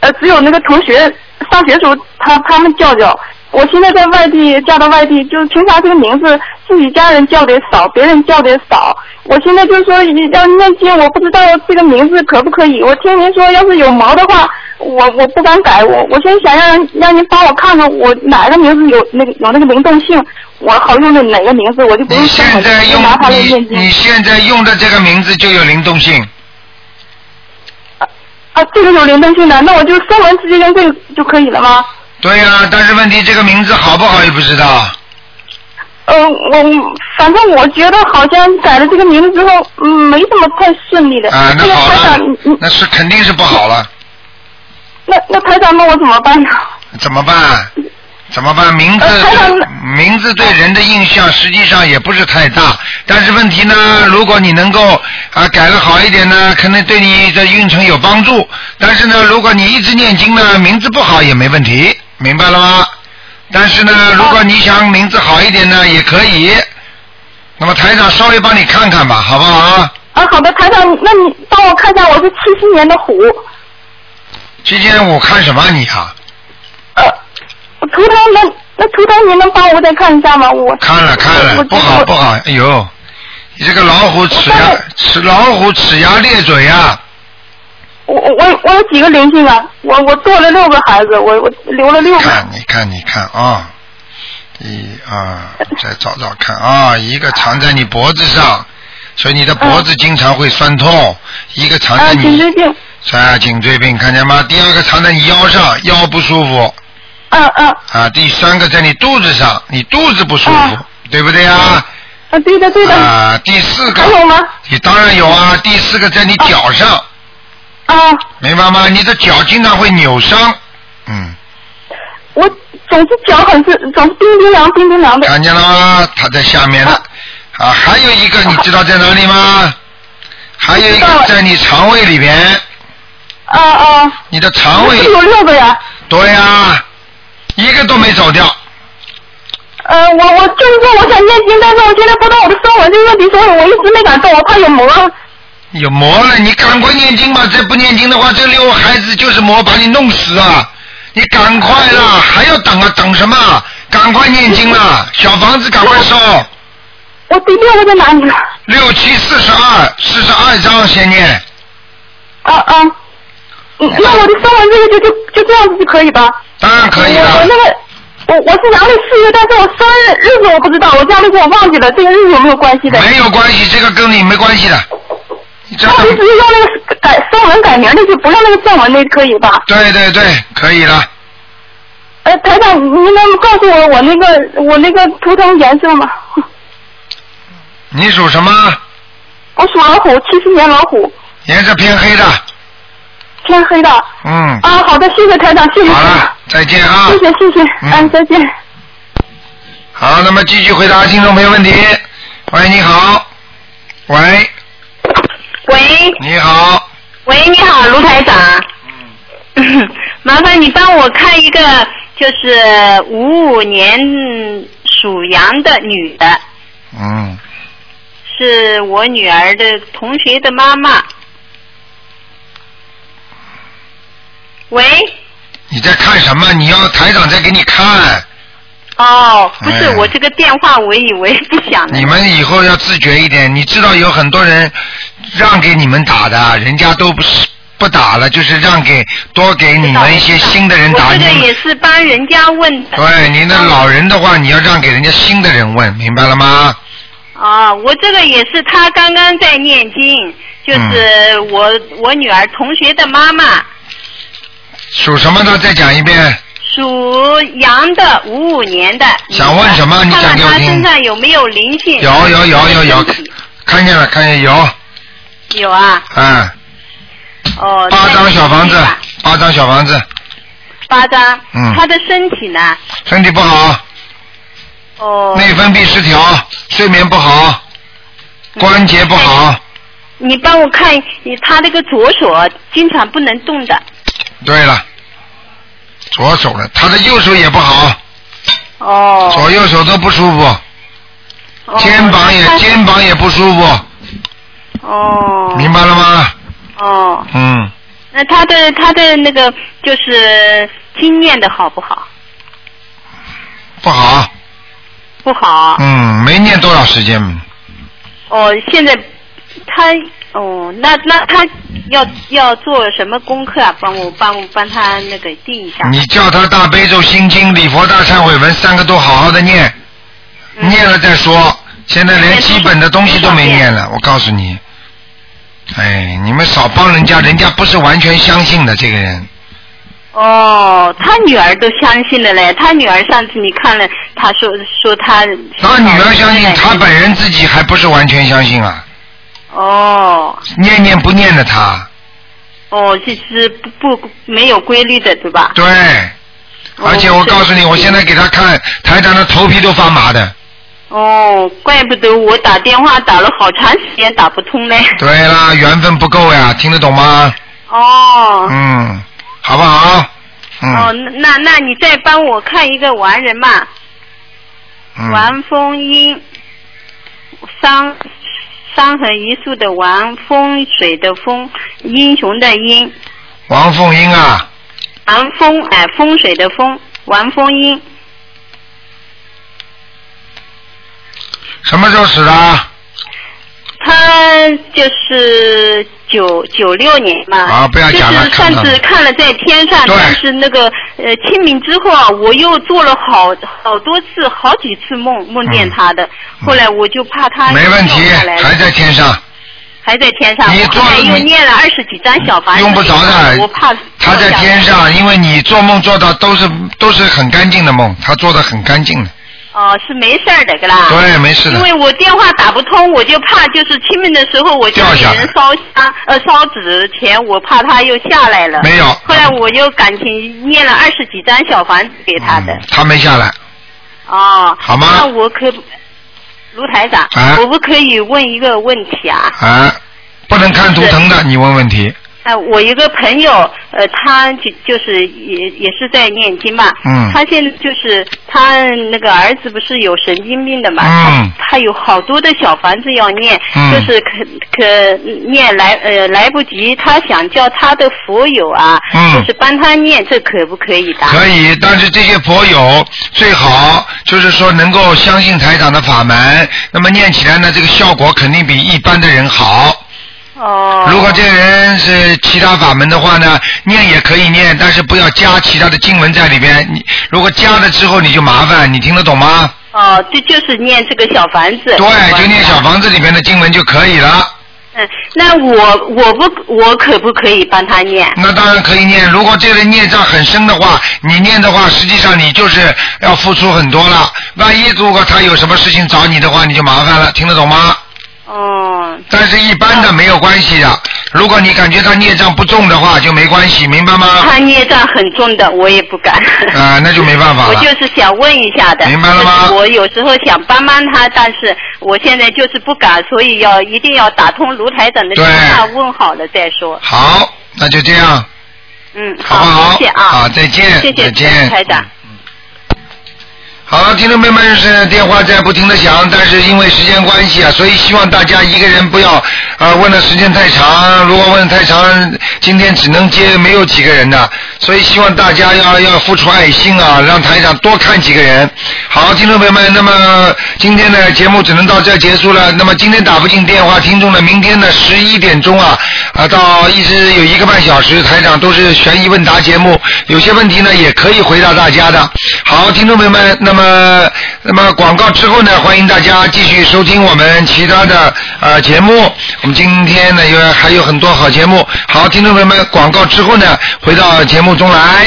Speaker 5: 呃，只有那个同学上学时候他他们叫叫，我现在在外地，嫁到外地，就是平常这个名字自己家人叫的少，别人叫的少。我现在就说要念经，我不知道这个名字可不可以。我听您说，要是有毛的话，我我不敢改。我我现在想让让您帮我看看，我哪个名字有那个有那个灵动性，我好用的哪个名字，我就不用
Speaker 1: 你现在
Speaker 5: 就
Speaker 1: 用
Speaker 5: 拿它来
Speaker 1: 你
Speaker 5: 念经
Speaker 1: 你现在用的这个名字就有灵动性，
Speaker 5: 啊。这个有灵动性的，那我就声纹直接用这个就可以了吗？
Speaker 1: 对呀、但是问题这个名字好不好也不知道。
Speaker 5: 呃，我反正我觉得好像改了这个名字之后，嗯，没什么太顺利的。
Speaker 1: 啊，那
Speaker 5: 个
Speaker 1: 好
Speaker 5: 台长，
Speaker 1: 了
Speaker 5: 你你，
Speaker 1: 那是肯定是不好了，
Speaker 5: 那那台长，那我怎么办呢？
Speaker 1: 怎么办？怎么办？名字
Speaker 5: 呃台长
Speaker 1: 名字对人的印象实际上也不是太大，但是问题呢，如果你能够啊改了好一点呢，可能对你的运程有帮助。但是呢，如果你一直念经呢，名字不好也没问题，明白了吗？但是
Speaker 5: 哦
Speaker 1: 呢，如果你想名字好一点呢，也可以。那么台长稍微帮你看看吧，好不好啊？
Speaker 5: 啊，好的，台长，那你帮我看一下，我是七七年的虎，
Speaker 1: 今天我看什么啊你啊？
Speaker 5: 呃，图腾能那图腾您能帮我再看一下吗？我
Speaker 1: 看了看
Speaker 5: 我
Speaker 1: 了，不好不。好，哎呦，你这个老虎齿牙
Speaker 5: 我看
Speaker 1: 齿老虎齿牙裂嘴啊，
Speaker 5: 我我我我有几个灵性啊？我我做了六个孩子，我我留了六个。
Speaker 1: 看你看你看啊，一二，再找找看啊，一个藏在你脖子上，所以你的脖子经常会酸痛，一个藏
Speaker 5: 啊，
Speaker 1: 在
Speaker 5: 颈
Speaker 1: 你
Speaker 5: 椎病。
Speaker 1: 啊颈椎病，看见吗？第二个藏在你腰上，腰不舒服
Speaker 5: 嗯嗯
Speaker 1: 啊，第三个在你肚子上，你肚子不舒服
Speaker 5: 啊，
Speaker 1: 对不对啊？
Speaker 5: 啊，对的对的。
Speaker 1: 啊，第四个
Speaker 5: 还有吗？
Speaker 1: 你当然有啊，第四个在你脚上。
Speaker 5: 啊，
Speaker 1: 明白吗？你的脚经常会扭伤，嗯，
Speaker 5: 我总是脚很是总是冰冰凉冰冰凉的。
Speaker 1: 看见了吗？它在下面了。啊，还有一个你知道在哪里吗？还有一
Speaker 5: 知道
Speaker 1: 个
Speaker 5: 了
Speaker 1: 在你肠胃里边，
Speaker 5: 啊啊。
Speaker 1: 你的肠
Speaker 5: 我
Speaker 1: 胃
Speaker 5: 是，有六个呀。
Speaker 1: 对啊，一个都没走掉。
Speaker 5: 呃，我我就是说我想念经，但是我现在不知道我的生纹这个问题，所以我一直没敢动，我怕有啊魔。
Speaker 1: 有魔了，你赶快念经吧！再不念经的话，这六个孩子就是魔把你弄死啊！你赶快啦，还要等啊？等什么？赶快念经啦！小房子赶快烧，
Speaker 5: 我第六个在哪里了？
Speaker 1: 六七四十二，四十二章先念。
Speaker 5: 啊啊。嗯那我的生纹这个就就就这样子就可以吧？
Speaker 1: 当然可以
Speaker 5: 我我那。
Speaker 1: 了
Speaker 5: 个。我我是阳历四月，但是我生日日子我不知道，我家里给我忘记了，这个日子有没有关系的？
Speaker 1: 没有关系，这个跟你没关系的。你这
Speaker 5: 那我就直接用那个改生文改名的，就不用那个正文的，可以吧？
Speaker 1: 对对对，可以了。
Speaker 5: 呃，台长，您能告诉我我那个我那个图腾颜色吗？
Speaker 1: 你属什么？
Speaker 5: 我属老虎，七十年老虎，
Speaker 1: 颜色偏黑的。
Speaker 5: 天黑的。
Speaker 1: 嗯，
Speaker 5: 啊，好的，谢谢台长，谢谢，
Speaker 1: 好了，再见啊
Speaker 5: 谢。谢谢谢，
Speaker 1: 嗯
Speaker 5: 嗯，再见。
Speaker 1: 好，那么继续回答听众朋友问题。喂，你好。喂，
Speaker 4: 喂
Speaker 1: 你好。
Speaker 4: 喂，你好，卢台长。嗯。 麻烦你帮我看一个，就是五五年属羊的女的，
Speaker 1: 嗯，
Speaker 4: 是我女儿的同学的妈妈。喂，
Speaker 1: 你在看什么？你要台长在给你看。
Speaker 4: 哦，不是，
Speaker 1: 哎
Speaker 4: 我这个电话我以为不响呢
Speaker 1: 你。们以后要自觉一点，你知道有很多人让给你们打的，人家都不是不打了，就是让给多给你们一些新的人打。
Speaker 4: 我这
Speaker 1: 你
Speaker 4: 个
Speaker 1: 们
Speaker 4: 也是帮人家问的。
Speaker 1: 对，您的老人的话，你要让给人家新的人问，明白了吗？
Speaker 4: 啊，我这个也是他刚刚在念经，就是
Speaker 1: 嗯
Speaker 4: 我、我女儿同学的妈妈，
Speaker 1: 属什么的？再讲一遍。
Speaker 4: 属羊的，五五年的。
Speaker 1: 想问什么你
Speaker 4: 看
Speaker 1: 讲
Speaker 4: 看
Speaker 1: 给我
Speaker 4: 她
Speaker 1: 听
Speaker 4: 身上有没有灵性？
Speaker 1: 有有有有有
Speaker 4: 身体，
Speaker 1: 看见了，看见有，
Speaker 4: 有啊，
Speaker 1: 嗯，
Speaker 4: 哦。
Speaker 1: 八
Speaker 4: 那
Speaker 1: 张小房子
Speaker 4: 继续吧，
Speaker 1: 八张小房子，
Speaker 4: 八张。
Speaker 1: 嗯
Speaker 4: 她的身体呢？
Speaker 1: 身体不好，
Speaker 4: 哦。
Speaker 1: 内分泌失调，睡眠不好，
Speaker 4: 嗯
Speaker 1: 关节不好，
Speaker 4: 你帮我看，你她那个左手啊经常不能动的。
Speaker 1: 对了，左手了，他的右手也不好，
Speaker 4: 哦。
Speaker 1: 左右手都不舒服，
Speaker 4: 哦
Speaker 1: 肩膀也。肩膀也不舒服，
Speaker 4: 哦。
Speaker 1: 明白了吗？
Speaker 4: 哦。
Speaker 1: 嗯，
Speaker 4: 那他的他的那个就是经验的好不好？
Speaker 1: 不好，
Speaker 9: 不好。啊
Speaker 1: 嗯，没念多少时间，
Speaker 9: 哦，现在他哦，那那他要要做什么功课啊？帮我帮我帮他那个定一下。
Speaker 1: 你叫他大悲咒、心经、礼佛大忏悔文三个都好好的念，
Speaker 9: 嗯
Speaker 1: 念了再说。现在连基本的东西都没念
Speaker 9: 嗯
Speaker 1: 了，我告诉你，哎，你们少帮人
Speaker 9: 嗯
Speaker 1: 家，人家不是完全相信的这个人。
Speaker 9: 哦，他女儿都相信了嘞。他女儿上次你看了，他说说他。
Speaker 1: 他女儿相信，他本人自己还不是完全相信啊，
Speaker 9: 哦
Speaker 1: 念念不念的他，
Speaker 9: 哦，就是不不没有规律的，对吧？
Speaker 1: 对。
Speaker 9: 哦
Speaker 1: 而且我告诉你，我现在给他看台长的头皮都发麻的。
Speaker 9: 哦，怪不得我打电话打了好长时间打不通嘞。
Speaker 1: 对啦，缘分不够呀，听得懂吗？
Speaker 9: 哦。
Speaker 1: 嗯，好不好？
Speaker 9: 哦，
Speaker 1: 嗯
Speaker 9: 那那那你再帮我看一个完人嘛，
Speaker 1: 嗯，
Speaker 9: 王风英，山山河一树的王，风水的风，英雄的英，
Speaker 1: 王凤英啊，
Speaker 9: 王风哎、风水的风，王风英，
Speaker 1: 什么时候死的啊？
Speaker 9: 他就是九九六年嘛。
Speaker 1: 啊不要讲了
Speaker 9: 就是上
Speaker 1: 看不
Speaker 9: 次
Speaker 1: 到
Speaker 9: 看了在天上，
Speaker 1: 对
Speaker 9: 但是那个呃清明之后啊，我又做了好好多次，好几次梦梦见他的，后来我就怕他
Speaker 1: 嗯没问题
Speaker 9: 掉下来，了
Speaker 1: 还在天上。
Speaker 9: 还在天上，
Speaker 1: 你
Speaker 9: 我
Speaker 1: 做
Speaker 9: 后来又
Speaker 1: 你
Speaker 9: 念了二十几张小房子，
Speaker 1: 用不着的
Speaker 9: 我怕
Speaker 1: 他在天上，因为你做梦做到都是都是很干净的梦，他做的很干净的。
Speaker 9: 哦、是没事儿的，个啦。
Speaker 1: 对没事的
Speaker 9: 啊因为我电话打不通，我就怕就是清明的时候我就
Speaker 1: 掉
Speaker 9: 给
Speaker 1: 下来
Speaker 9: 人烧香呃烧纸钱，我怕他又下来了。
Speaker 1: 没有
Speaker 9: 后来我又感情念了二十几张小房子给他的。
Speaker 1: 他没下来，
Speaker 9: 哦。
Speaker 1: 嗯好吗
Speaker 9: 那我可卢台长，
Speaker 1: 啊
Speaker 9: 我不可以问一个问题啊？
Speaker 1: 啊，不能看图腾的，你问问题。
Speaker 9: 哎，我一个朋友，呃，他就就是也也是在念经嘛，
Speaker 1: 嗯
Speaker 9: 他现在就是他那个儿子不是有神经病的嘛，
Speaker 1: 嗯
Speaker 9: 他他有好多的小房子要念，
Speaker 1: 嗯
Speaker 9: 就是可可念来呃来不及，他想叫他的佛友啊，
Speaker 1: 嗯
Speaker 9: 就是帮他念，这可不可以的？
Speaker 1: 可以，但是这些佛友最好就是说能够相信台长的法门，那么念起来呢，这个效果肯定比一般的人好。
Speaker 9: 哦，
Speaker 1: 如果这个人是其他法门的话呢，念也可以念，但是不要加其他的经文在里边。你如果加了之后，你就麻烦，你听得懂吗？
Speaker 9: 哦，这就是念这个小房子，
Speaker 1: 对，就念小房子里边的经文就可以了。
Speaker 9: 嗯，那我我不我可不可以帮他念？
Speaker 1: 那当然可以念。如果这个孽障很深的话，你念的话，实际上你就是要付出很多了。万一如果他有什么事情找你的话，你就麻烦了，听得懂吗？
Speaker 9: 哦，
Speaker 1: 但是一般的没有关系的。如果你感觉他孽障不重的话，就没关系，明白吗？
Speaker 9: 他孽障很重的，我也不敢。
Speaker 1: 啊、那就没办法
Speaker 9: 我
Speaker 1: 了
Speaker 9: 就。是想问一下的，
Speaker 1: 明白了吗
Speaker 9: 就是我有时候想帮帮他，但是我现在就是不敢，所以要一定要打通卢台长的
Speaker 1: 对
Speaker 9: 电话问好了再说。
Speaker 1: 好，那就这样，
Speaker 9: 嗯，
Speaker 1: 好不好？
Speaker 9: 谢谢啊，
Speaker 1: 好，再见，
Speaker 9: 谢谢
Speaker 1: 再见，
Speaker 9: 台长。
Speaker 1: 好了，听众朋友们是电话在不停的响，但是因为时间关系啊，所以希望大家一个人不要呃问的时间太长，如果问得太长，今天只能接没有几个人的，所以希望大家要要付出爱心啊，让台长多看几个人。好，听众朋友们，那么今天的节目只能到这儿结束了。那么今天打不进电话，听众呢，明天呢十一点钟啊啊到一直有一个半小时，台长都是悬疑问答节目，有些问题呢也可以回答大家的。好，听众朋友们，那么那么广告之后呢，欢迎大家继续收听我们其他的呃节目。我们今天呢有还有很多好节目。好，听众朋友们，广告之后呢，回到节目中来。